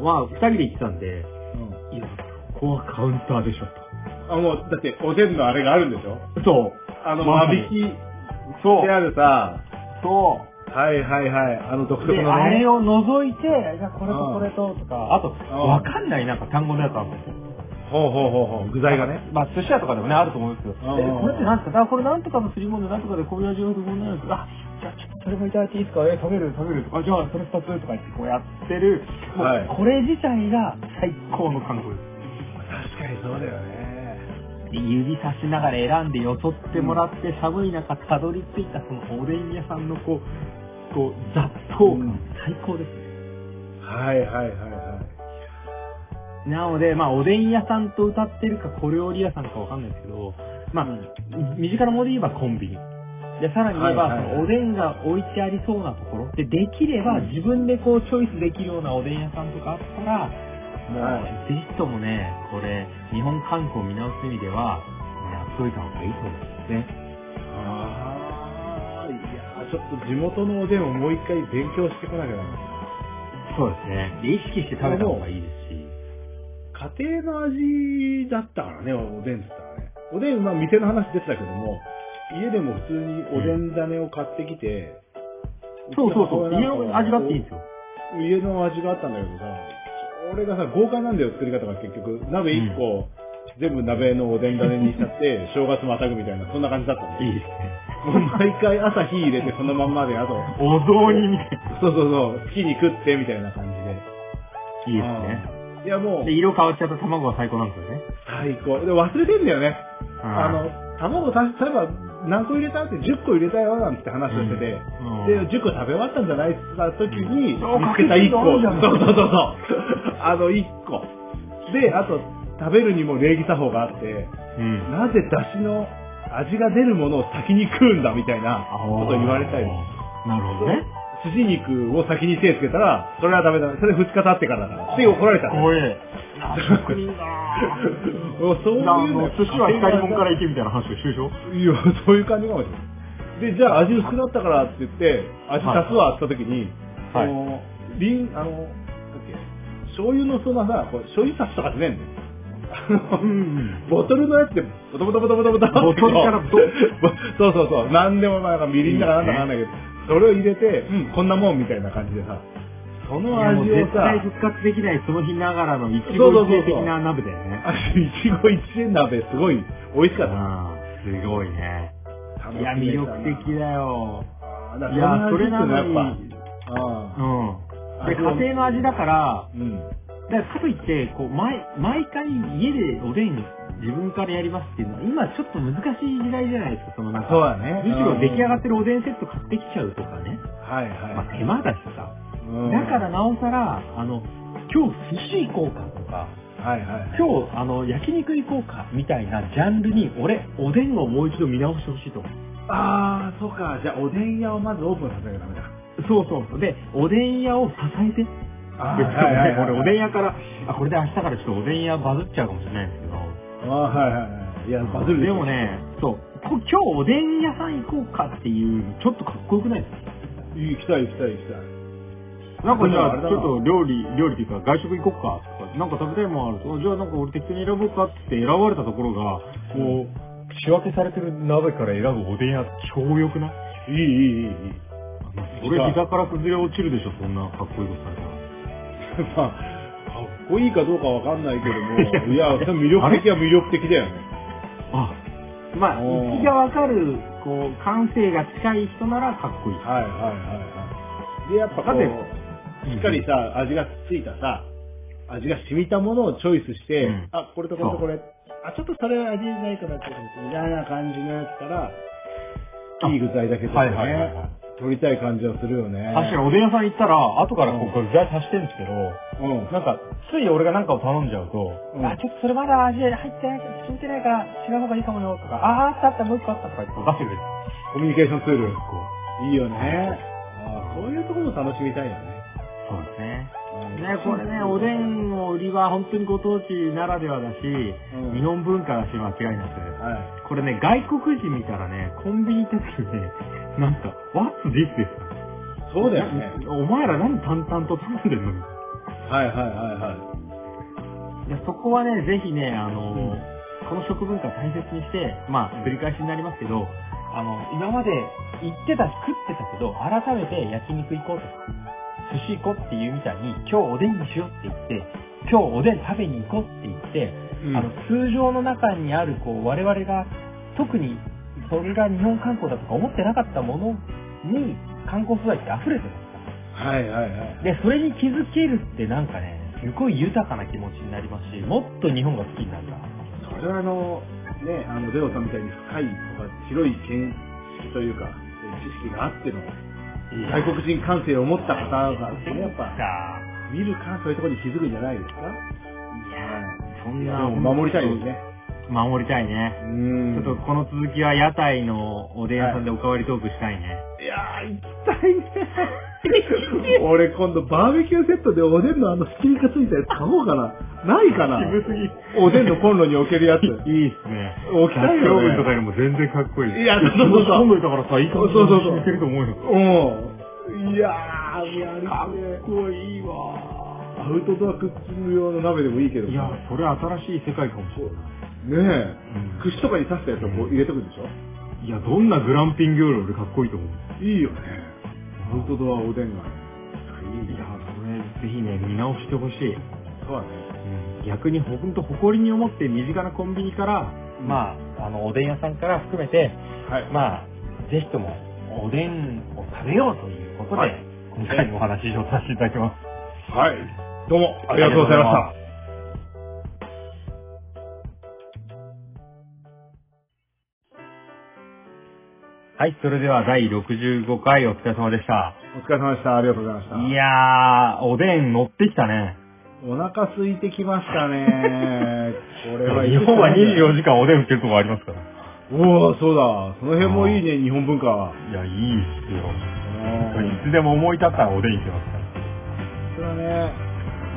Speaker 3: まあ二人で行ってたんで、
Speaker 1: うん
Speaker 3: いや、ここはカウンターでしょ
Speaker 1: あ、もう、だって、おでんのあれがあるんでしょ
Speaker 3: と。そう。
Speaker 1: あの、
Speaker 3: まさ
Speaker 1: 間
Speaker 3: に
Speaker 1: 引き
Speaker 3: そ
Speaker 1: であるさ、
Speaker 3: そ
Speaker 1: はいはいはい、あの独特
Speaker 3: で、
Speaker 1: のね。
Speaker 3: あれを除いて、じゃあこれ
Speaker 1: う
Speaker 3: と
Speaker 1: ん
Speaker 3: これととか、あと、
Speaker 1: ん
Speaker 3: わかんないなんか単語のやつあるんですよ。
Speaker 1: ほうほうほうほう、具材がね。
Speaker 3: まあ、寿司屋とかでもね、あると思うんですけど、
Speaker 1: うん
Speaker 3: え、これってなんですかあこれなんとかのすり物でなんとかでこういう味わいでこんなやつ。あ、じゃあちょっとそれもいただいていいですかえ、食べる食べるとか、じゃあそれ二つとか言ってこうやってる。もう
Speaker 1: はい
Speaker 3: これ自体が最高の韓国です。
Speaker 1: 確かにそうだよね。
Speaker 3: で指さしながら選んでよそってもらって、寒い中たどり着いたそのおでん屋さんのこう、こう、雑踏感、
Speaker 1: うん
Speaker 3: 最高ですね。
Speaker 1: はいはいはいはい。
Speaker 3: なので、まあ、おでん屋さんと歌ってるか、小料理屋さんかわかんないですけど、まあ、身近なもので言えばコンビニ。で、さらに言えば、
Speaker 1: はいはいはい
Speaker 3: そのおでんが置いてありそうなところ。で、できれば自分でこうチョイスできるようなおでん屋さんとかあったら、もう、
Speaker 1: はい
Speaker 3: ぜひともね、これ、日本観光を見直す意味では、やっといた方がいいと思うんですね。
Speaker 1: ああ、いやーちょっと地元のおでんをもう一回勉強してこなきゃならない。
Speaker 3: そうですね。で、意識して食べた方がいいですし。
Speaker 1: 家庭の味だったからね、おでんっつったらね。おでん、まあ店の話出てたけども、家でも普通におでん種を買ってきて、
Speaker 3: そうそうそう。
Speaker 1: ち
Speaker 3: 家
Speaker 1: の母親
Speaker 3: の
Speaker 1: なん
Speaker 3: 味
Speaker 1: か
Speaker 3: わっていいんですよ。
Speaker 1: 家の味があったんだけどさ、俺がさ、豪華なんだよ、作り方が結局。鍋1個、全部鍋のおでん種にしちゃって、正月またぐみたいな、そんな感じだったんだ
Speaker 3: い
Speaker 1: よ。
Speaker 3: いですね。
Speaker 1: もう毎回朝火入れてそのまんまで、あと、
Speaker 3: お雑煮みたいな。
Speaker 1: そうそうそう、火に食ってみたいな感じで。
Speaker 3: いいです
Speaker 1: うんいやもう
Speaker 3: ね。で、、色変わっちゃった卵は最高なんですよね。
Speaker 1: 最高。で、忘れてんだよね。あ
Speaker 3: う
Speaker 1: の
Speaker 3: ん、、
Speaker 1: 卵た例えば何個入れたって10個入れたよなんて話をしてて、
Speaker 3: うん
Speaker 1: で、10個食べ終わったんじゃないって言った時に、
Speaker 3: うん
Speaker 1: 見つけた1個。
Speaker 3: そうか
Speaker 1: そうそうそうそう。あの1個。で、あと、食べるにも礼儀作法があって、
Speaker 3: うん。
Speaker 1: なぜ出汁の味が出るものを先に食うんだみたいなことを言われたり。
Speaker 3: なるほどね。
Speaker 1: 筋肉を先に手つけたら、それはダメだ。それ2日経ってからだから。って怒られたの。
Speaker 3: 怖え。な職人だな
Speaker 1: もうそういうの
Speaker 3: あの、寿司は光もんから行けみたいな話をしてるでしょ
Speaker 1: いや、そういう感じかもしれない。で、じゃあ味薄くなったからって言って、味足すわって言った時に、
Speaker 3: はい
Speaker 1: その、りん、あの、なんだっけ、醤油のそのさ、これ醤油足しとかじゃねえんだよ。あの
Speaker 3: ん。
Speaker 1: ボトルのやつで、ボトボトボトボトボトって
Speaker 3: ボトルからボトル
Speaker 1: ぼ そうそうそう、なんでもなんかみりんだかなんだかわかんないけど、それを入れて、うん、こんなもんみたいな感じでさ、その
Speaker 3: もう
Speaker 1: 味を
Speaker 3: 絶
Speaker 1: さ
Speaker 3: 対、復活できない、その日ながらの一期一
Speaker 1: そうそうそうそう
Speaker 3: 会的な鍋だよね。
Speaker 1: あいちご一円鍋すごい美味しかっ
Speaker 3: うん。すごいね。
Speaker 1: た。
Speaker 3: いや、魅力的だよ。
Speaker 1: あー。だ
Speaker 3: いや、それな
Speaker 1: の
Speaker 3: の
Speaker 1: やっ
Speaker 3: に、
Speaker 1: ぱ
Speaker 3: う、
Speaker 1: あー
Speaker 3: ん。で、家庭の味だから、
Speaker 1: うん。
Speaker 3: だからかといって、こう、毎、毎回家でおでん自分からやりますっていうのは、今ちょっと難しい時代じゃないですか、そのなんか
Speaker 1: そうだね。
Speaker 3: むしろ出来上が
Speaker 1: っ
Speaker 3: ってるおでんセット買ってきちゃうとかね。
Speaker 1: はい
Speaker 3: ま
Speaker 1: は
Speaker 3: あ手間だしさ。
Speaker 1: い。うん
Speaker 3: だから、なおさら、あの、今日寿司行こうかとか、
Speaker 1: はいはい。
Speaker 3: 今日あの焼肉行こうかみたいなジャンルに、俺、おでんをもう一度見直してほしいと思う。
Speaker 1: あー、そうか。じゃあ、おでん屋をまずオープンさせなきゃダメだ。
Speaker 3: そうそうそう。で、おでん屋を支えて。
Speaker 1: あ
Speaker 3: で
Speaker 1: ーはいはいはい
Speaker 3: 俺、おでん屋から、あ、これで明日からちょっとおでん屋バズっちゃうかもしれないんですけど。
Speaker 1: あー、はいはいはい。いや、バズる
Speaker 3: でも。ね、そう、こ今日おでん屋さん行こうかっていう、ちょっとかっこよくないですか
Speaker 1: 行きたい行きたい行きたい。
Speaker 3: なんかじ
Speaker 1: でもあれ
Speaker 3: ゃ
Speaker 1: だ
Speaker 3: あ、
Speaker 1: な
Speaker 3: ちょっと料理、料理っていうか外食行こっかとか、なんか食べたいもんあると、じゃあなんか俺適当に選ぼうかって選ばれたところが、もう、仕分けされてる鍋から選ぶおでん屋、超良くない
Speaker 1: いいいいいいいい。
Speaker 3: 俺膝から崩れ落ちるでしょ、そんなかっこいいことされた
Speaker 1: ま
Speaker 3: ら。
Speaker 1: あ、かっこいいかどうかわかんないけども、いや、でも魅力的は魅力的だよね。
Speaker 3: あ、まあ、
Speaker 1: おー
Speaker 3: 行きがわかる、こう、感性が近い人ならかっこいい。
Speaker 1: はいはいはいはい。で、やっぱこ
Speaker 3: だって
Speaker 1: う、しっかりさ、味がついたさ、味が染みたものをチョイスして、
Speaker 3: うん
Speaker 1: あ、これとこれとこれ、あ、ちょっとそれ味ないかなって、みたいな感じのやつから、いい具材だけ取ってね、
Speaker 3: い。
Speaker 1: 取りたい感じはするよね。
Speaker 3: 確かにおでん屋さん行ったら、後からこ
Speaker 1: うん
Speaker 3: う、これ具材足してるんですけど、
Speaker 1: うん。
Speaker 3: なんか、つい俺がなんかを頼んじゃうと、
Speaker 1: うん
Speaker 3: あ、ちょっとそれまだ味入ってない、染みてないから違う方がいいかもよ、とか、あー、あったあった、もう一個あったとか言って出してくれる。
Speaker 1: コミュニケーションツール。
Speaker 3: こ
Speaker 1: いいよね。あそういうところも楽しみたいよね。
Speaker 3: うそうですね。
Speaker 1: うん
Speaker 3: ね、これね、おでんの売りは本当にご当地ならではだし、
Speaker 1: うん
Speaker 3: 日本文化だし間違いなく。
Speaker 1: は
Speaker 3: これね、外国人見たらね、コンビニ行った時にね、なんか、What's this? です
Speaker 1: い。そうだよね。
Speaker 3: お前ら何淡々と頼んでんの
Speaker 1: はいはいはい
Speaker 3: や、そこはね、ぜひね、あ
Speaker 1: う
Speaker 3: の、
Speaker 1: ん
Speaker 3: この食文化大切にして、まあ、繰り返しになりますけど、あの、今まで行ってたし食ってたけど、改めて焼肉行こうとか、寿司行こうっていうみたいに、今日おでんにしようって言って、今日おでん食べに行こうって言って、
Speaker 1: い。うん
Speaker 3: あの、通常の中にある、こう、我々が、特に、それが日本観光だとか思ってなかったものに、観光素材って溢れてますから。
Speaker 1: はいはいはい。
Speaker 3: で、それに気づけるってなんかね、すごい豊かな気持ちになりますし、もっと日本が好きになるから。
Speaker 1: それはあの、ね、あの、レオさんみたいに深いとか広い見識というか、知識があっての、外国人感性を持った方が、やっぱ、
Speaker 3: さ
Speaker 1: 見るからそういうところに気づくんじゃないですか
Speaker 3: あいや、そん
Speaker 1: いや
Speaker 3: な。
Speaker 1: でも守りたいですね。
Speaker 3: 守りたいね。
Speaker 1: うん。
Speaker 3: ちょっとこの続きは屋台のおでん屋さんでおかわりトークしたいね。
Speaker 1: いやー、行きたい ね。俺今度バーベキューセットでおでんのあのひき肉ついたやつ買おうかな。ないかな
Speaker 3: 渋すぎ。
Speaker 1: おでんのコンロに置けるやつ。
Speaker 3: いいっすね。
Speaker 1: 置きたいよね
Speaker 3: ダチョウとかよりも全然かっこいい。
Speaker 1: いやそうそうそう
Speaker 3: コンブだからさ、いい感じ
Speaker 1: そうそう
Speaker 3: に
Speaker 1: そう
Speaker 3: 似てると思うよ。
Speaker 1: うん。いやー、やりてえ
Speaker 3: こいいわ。
Speaker 1: アウトドアクッキング用の鍋でもいいけど。
Speaker 3: いや、それ新しい世界かもしれない。
Speaker 1: ね
Speaker 3: うん
Speaker 1: え。串とかに刺したやつをこう入れてくんでしょ
Speaker 3: いや、どんなグランピングより俺かっこいいと思う。
Speaker 1: いいよね。アウトドアおでんが。い
Speaker 3: いや、これ、ぜひね、見直してほしい。
Speaker 1: そうだね。
Speaker 3: 逆にほんと誇りに思って身近なコンビニから、まあ、あの、おでん屋さんから含めて、
Speaker 1: はい。
Speaker 3: まあ、ぜひとも、おでんを食べようということで、
Speaker 1: はい
Speaker 3: 今回のお話をさせていただきます。
Speaker 1: はい。どうも、ありがとうございました。
Speaker 3: はい、それでは第65回お疲れ様でした。
Speaker 1: お疲れ様でした。ありがとうございました。
Speaker 3: いやー、おでん乗ってきたね。
Speaker 1: お腹空いてきました ね。これは
Speaker 3: 日本は24時間おでん売ってるとこありますから。
Speaker 1: おおそうだ。その辺もいいね、日本文化は。
Speaker 3: いや、いいっすよ。
Speaker 1: 本
Speaker 3: いつでも思い立ったらおでん行けますから。
Speaker 1: それはね、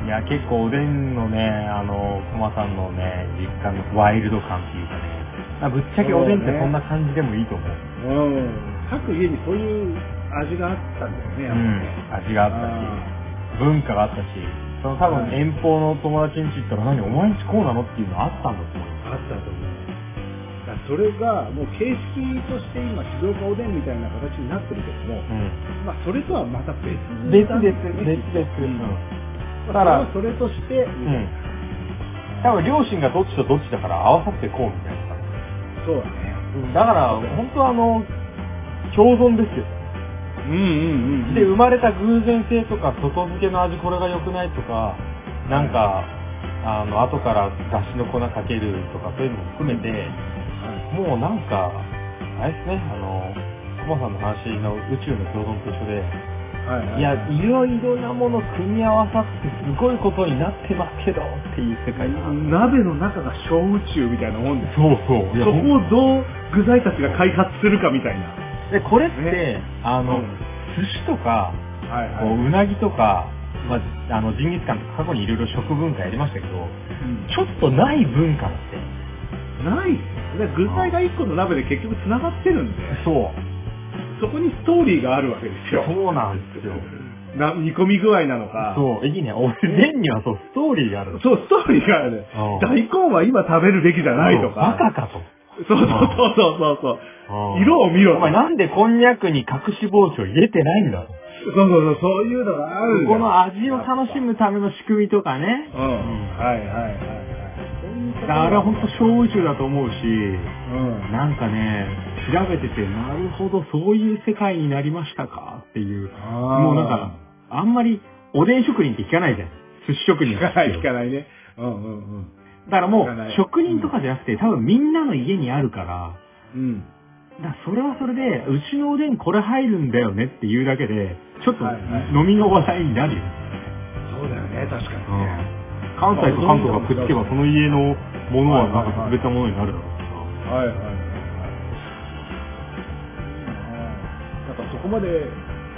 Speaker 3: いや、結構おでんのね、あの、コマさんのね、実家のワイルド感っていうかね、あぶっちゃけおでんってそんな感じでもいいと思う。
Speaker 1: うん。各家にそういう味があったんだよね、やっぱり
Speaker 3: うん
Speaker 1: ね。。
Speaker 3: 味があったし、文化があったし、その多分遠方の友達ん家行ったら何、お前ん家こうなのっていうのあったんだと思う。
Speaker 1: あったと思う。だからそれが、もう形式として今、静岡おでんみたいな形になってるけども、
Speaker 3: うん。
Speaker 1: まあ、それとはまた別
Speaker 3: 別
Speaker 1: なん
Speaker 3: です、
Speaker 1: よね
Speaker 3: 別です。う
Speaker 1: うん
Speaker 3: ん。
Speaker 1: だか
Speaker 3: だからら、
Speaker 1: それはそれとして、
Speaker 3: うん。多分両親がどっちとどっちだから合わさってこうみたいな。
Speaker 1: そうだね。
Speaker 3: だから、本当あの、共存ですよ。
Speaker 1: うんうん
Speaker 3: で、生まれた偶然性とか、外付けの味これが良くないとか、なんか、あの、後から出汁の粉かけるとか、そういうのも含めて、もうなんか、あれですね、あの、コマさんの話の宇宙の共存と一緒で、
Speaker 1: はいはい
Speaker 3: いや、いろいろなもの組み合わさってすごいことになってますけど、っていう世界だな
Speaker 1: 鍋の中が小宇宙みたいなもんです。
Speaker 3: そうそう。いや
Speaker 1: そこをどう具材たちが開発するかみたいな。
Speaker 3: で、これって、
Speaker 1: ね
Speaker 3: あの、
Speaker 1: うん
Speaker 3: 寿司とか、
Speaker 1: はい
Speaker 3: こううなぎとか、まあ、あの、ジンギスカンとか過去にいろいろ食文化やりましたけど、ちょっとない文化なんで。
Speaker 1: ない。だから具材が一個の鍋で結局繋がってるんで、
Speaker 3: そう。
Speaker 1: そこにストーリーがあるわけですよ。
Speaker 3: そうなんですよ。
Speaker 1: な煮込み具合なのか。
Speaker 3: そう、いいね。おでんにはそう、ストーリーがあるの。
Speaker 1: そう、ストーリーがある。
Speaker 3: うん
Speaker 1: 大根は今食べるべきじゃないと
Speaker 3: そうバ
Speaker 1: か。
Speaker 3: カかと。
Speaker 1: そうそうそうそうそう。
Speaker 3: うん
Speaker 1: 色を見ろ
Speaker 3: お前なんでこんにゃくに隠し包丁入れてないんだろう。
Speaker 1: そうそうそう、そういうのがあるんだ
Speaker 3: この味を楽しむための仕組みとかね。
Speaker 1: うん。はいはいはいはい。
Speaker 3: だからあれは本当小宇宙だと思うし、
Speaker 1: うん。
Speaker 3: なんかね、調べてて、なるほど、そういう世界になりましたかっていう。
Speaker 1: も
Speaker 3: もうなんか、あんまり、おでん職人って聞かないじゃん。寿司職人
Speaker 1: 聞かない、聞か
Speaker 3: だ
Speaker 1: ないね。うんうん
Speaker 3: からもう
Speaker 1: 聞かない、
Speaker 3: 職人とかじゃなくて、多分みんなの家にあるから、
Speaker 1: うん。うん。
Speaker 3: だからそれはそれで、うちのおでんこれ入るんだよねっていうだけで、ちょっと
Speaker 1: はいはい
Speaker 3: 飲みの話題になるよ。
Speaker 1: そうだよね、確かにね。
Speaker 3: うん関西と関東がくっつけば、その家のものはなんか特別なものになるだろうし
Speaker 1: はいはいはいはい。なんかそこまで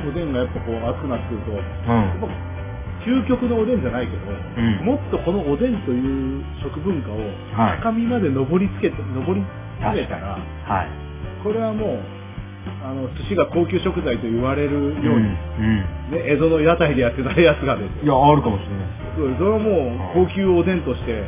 Speaker 1: おでんがやっぱこう熱くなってくると、やっ
Speaker 3: さうん
Speaker 1: ぱ究極のおでんじゃないけど、
Speaker 3: ん
Speaker 1: もっとこのおでんという食文化を
Speaker 3: はい
Speaker 1: 高みまで上りつけて、上り詰めたら、
Speaker 3: はい。
Speaker 1: これはもう、あの、寿司が高級食材と言われるように、
Speaker 3: ん。
Speaker 1: ね、江戸の屋台でやってたやつがですよ
Speaker 3: いや、あるかもしれないですよ。
Speaker 1: そうそれはもう高級おでんとして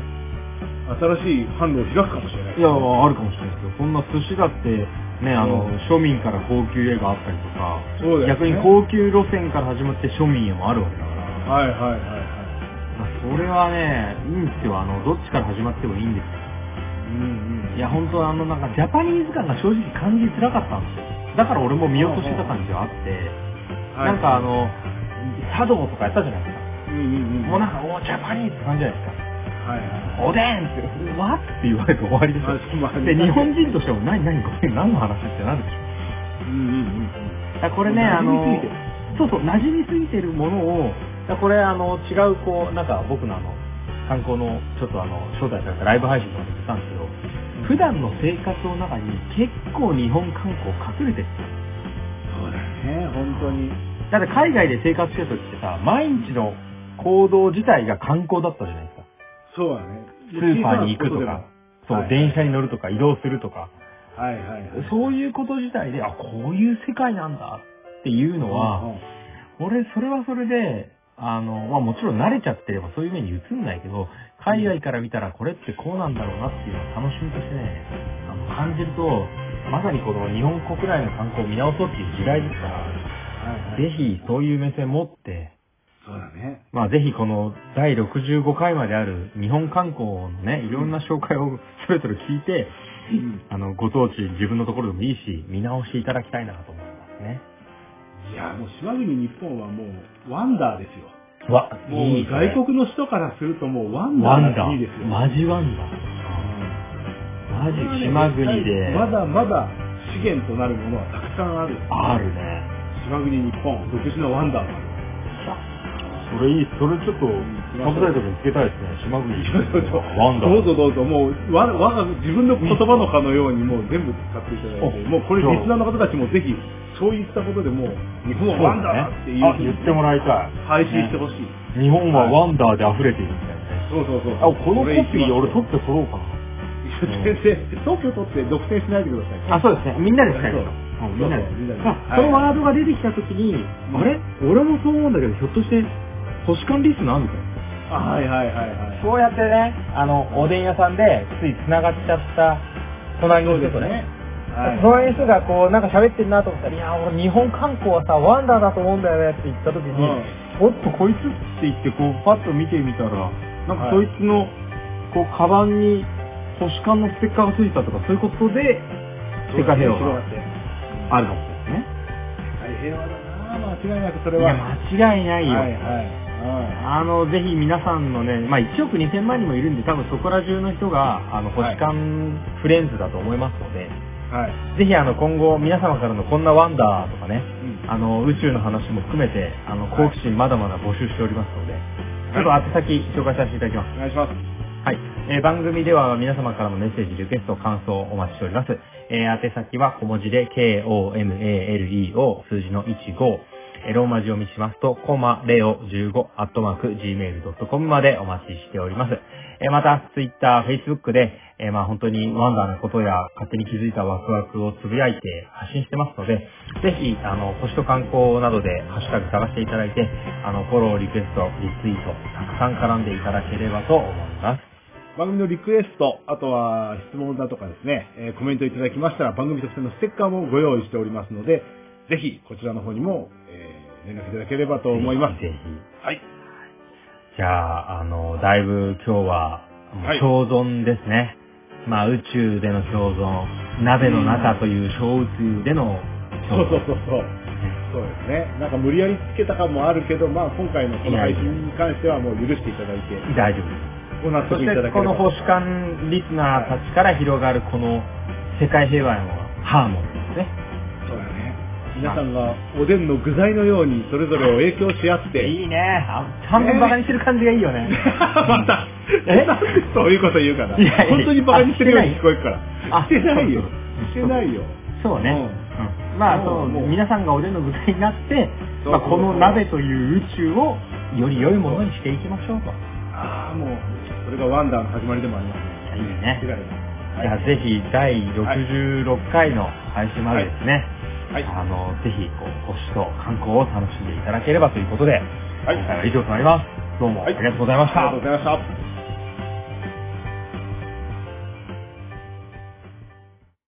Speaker 1: 新しい販路を開くかもしれない
Speaker 3: いや、あるかもしれないですよ。そんな寿司だって、ね、あ
Speaker 1: う
Speaker 3: の、
Speaker 1: ん
Speaker 3: 庶民から高級へがあったりとか、
Speaker 1: そうだよね
Speaker 3: 逆に高級路線から始まって庶民へもあるわけだから、
Speaker 1: はいはいはいは
Speaker 3: それはね、いいんですよ。あの、どっちから始まってもいいんです
Speaker 1: いうんうん
Speaker 3: よ。いや、本当あの、なんか、ジャパニーズ感が正直感じづらかったんですよ。だから俺も見落としてた感じはあって、
Speaker 1: はい
Speaker 3: なんかあの、茶道とかやったじゃないですか。
Speaker 1: うんうんうん
Speaker 3: もうなんか、おージャパニーズって感じじゃないですか。
Speaker 1: はいはい
Speaker 3: おでんって、わって言われて終わりでしょ。
Speaker 1: まあまあ
Speaker 3: で、日本人としても、何何これ何の話ってなるでしょ。
Speaker 1: うんうん
Speaker 3: だからこれね、あ
Speaker 1: 馴染み
Speaker 3: の
Speaker 1: すぎてる、
Speaker 3: そうそう、馴染みすぎてるものを、だからこれあの、違うこう、なんか僕のあの、参考の、ちょっとあの、招待されたライブ配信とかで言ってたんですけど、普段の生活の中に結構日本観光隠れてる
Speaker 1: そうだよね、本当に。
Speaker 3: だって海外で生活してる時ってさ、毎日の行動自体が観光だったじゃないですか。
Speaker 1: そうだね。
Speaker 3: スーパーに行くとか、そう、
Speaker 1: はい
Speaker 3: 電車に乗るとか移動するとか、
Speaker 1: はいはいはい。
Speaker 3: そういうこと自体で、あ、こういう世界なんだっていうのは、
Speaker 1: うんうん
Speaker 3: 俺、それはそれで、あの、まあもちろん慣れちゃってればそういう目に映んないけど、海外から見たらこれってこうなんだろうなっていうのを楽しみとしてね、あの感じると、まさにこの日本国内の観光を見直そうっていう時代ですから、
Speaker 1: はいはい
Speaker 3: ぜひそういう目線持って、
Speaker 1: そうだね。
Speaker 3: まあぜひこの第65回まである日本観光のね、いろんな紹介をそれぞれ聞いて、
Speaker 1: うん
Speaker 3: あの、ご当地、自分のところでもいいし、見直していただきたいなと思いますね。
Speaker 1: いや、もう島国日本はもうワンダーですよ。
Speaker 3: わ、
Speaker 1: もう外国の人からするともうワンダ
Speaker 3: ワ
Speaker 1: ー
Speaker 3: ン
Speaker 1: が
Speaker 3: ダ
Speaker 1: いいですよ。
Speaker 3: マジワンダマジ島国で。
Speaker 1: まだまだ資源となるものはたくさんある。
Speaker 3: あるね。
Speaker 1: 島国日本、独自のワンダーがある。
Speaker 3: それいい、それちょっと、
Speaker 1: サブタイトル
Speaker 3: につけたいですね。島国ワンダ
Speaker 1: どうぞどうぞ、もう、わ、我が、自分の言葉のかのように、もう全部使っていただいて、
Speaker 3: お
Speaker 1: もうこれ、
Speaker 3: じゃあ
Speaker 1: リスナーの方たちもぜひ、そういったことでもう、日本はワンダーっていうふうに
Speaker 3: 言ってもらいた
Speaker 1: 配信してほしい。
Speaker 3: い。日本はワンダーで溢れているみたいなね。
Speaker 1: そうそうそう。。
Speaker 3: あ、このコピー俺取ってて取ろうかな。
Speaker 1: 先生、特許取って独占しないでください。
Speaker 3: あ、そうですね。みんなで使え
Speaker 1: そう
Speaker 3: る。うんみんなで
Speaker 1: そうそうみんなで
Speaker 3: まあその
Speaker 1: はい
Speaker 3: ワードが出てきたときに、
Speaker 1: ん
Speaker 3: あれ俺もそう思うんだけど、ひょっとして、都市間リスナーみたいな。
Speaker 1: あはいはいはいはい。
Speaker 3: そうやってね、あの、おでん屋さんで、つい繋がっちゃった、隣の人とね。。
Speaker 1: はい。
Speaker 3: 隣の人がこう、なんか喋ってるなと思ったら、いや、俺日本観光はさ、ワンダーだと思うんだよねって言ったときに、おっとこいつって言って、こう、パッと見てみたら、なんかそいつの、こう、カバンに、都市間のステッカーがついたとか、そういうことで、世界平和
Speaker 1: 広が
Speaker 3: が
Speaker 1: って。
Speaker 3: あるかもしれない
Speaker 1: 世界
Speaker 3: ですね。
Speaker 1: 平和だなぁ、間違いなくそ
Speaker 3: い
Speaker 1: れ
Speaker 3: や
Speaker 1: は。、
Speaker 3: 間違いないよ。
Speaker 1: はいはい。
Speaker 3: あの、ぜひ皆さんのね、まあ1億2000万人もいるんで、多分そこら中の人が、あの、
Speaker 1: はい
Speaker 3: 星間フレンズだと思いますので、
Speaker 1: うんはい。
Speaker 3: ぜひあの、今後皆様からのこんなワンダーとかね、
Speaker 1: うん
Speaker 3: あの、宇宙の話も含めて、あ
Speaker 1: は
Speaker 3: の、
Speaker 1: い
Speaker 3: 好奇心まだまだ募集しておりますので、ちょっと宛先紹介させていただきます。
Speaker 1: お願いします。
Speaker 3: はい。えー番組では皆様からのメッセージ、リクエスト、感想をお待ちしております。えー宛先は小文字で、k-o-m-a-l-e-o 数字の15、えーローマ字読みしますと、コマレオ15、アットマーク、gmail.com までお待ちしております。えーまた、ツイッター、フェイスブックで、えーまあ本当にワンダーなことや、勝手に気づいたワクワクをつぶやいて発信してますので、ぜひ、あの、星と観光などでハッシュタグ探していただいて、あの、フォロー、リクエスト、リツイート、たくさん絡んでいただければと思います。
Speaker 1: 番組のリクエスト、あとは質問だとかですね、えーコメントいただきましたら番組特製のステッカーもご用意しておりますので、ぜひこちらの方にも、えー連絡いただければと思います。
Speaker 3: ぜひ。
Speaker 1: はい。
Speaker 3: じゃあ、あの、だいぶ今日は、
Speaker 1: はい
Speaker 3: 共存ですね。まあ、宇宙での共存、鍋の中という小宇宙での
Speaker 1: そう
Speaker 3: 共
Speaker 1: そうそうそう。そ
Speaker 3: 存。
Speaker 1: うですね。なんか無理やりつけた感もあるけど、まあ今回のこの配信に関してはもう許していただいて、
Speaker 3: 大丈夫で
Speaker 1: ご納
Speaker 3: す。そ
Speaker 1: 得い
Speaker 3: し
Speaker 1: だ
Speaker 3: た
Speaker 1: ければ。
Speaker 3: て、この保守官リスナーたちから広がるこの世界平和のハーモニーですね。
Speaker 1: そうだね。皆さんがおでんの具材のようにそれぞれを影響し合って、
Speaker 3: いいね。あ半分バカにしてる感じがいいよね。
Speaker 1: また、
Speaker 3: え
Speaker 1: なんでそういうこと言うかな。
Speaker 3: いやいや
Speaker 1: 本当にバカにしてるように聞こえるから。
Speaker 3: あ
Speaker 1: してないよ。し
Speaker 3: そ
Speaker 1: て
Speaker 3: う
Speaker 1: ないよ。
Speaker 3: そうね。うんまあ、
Speaker 1: も
Speaker 3: そうう
Speaker 1: もう
Speaker 3: 皆さんがおでんの具材になって、
Speaker 1: そう
Speaker 3: まあ、この鍋という宇宙をより良いものにしていきましょうと。
Speaker 1: ああ、もう、それがワンダーの始まりでもありますね。
Speaker 3: いいね
Speaker 1: 間違い
Speaker 3: じ
Speaker 1: ない
Speaker 3: ゃあ、ぜひ、第66回の配信までですね、
Speaker 1: はいはい
Speaker 3: あの、ぜひ、こう、星と観光を楽しんでいただければということで、
Speaker 1: はい
Speaker 3: 今回は以上となります。どうもありがとうございました。
Speaker 1: ありがとうございました。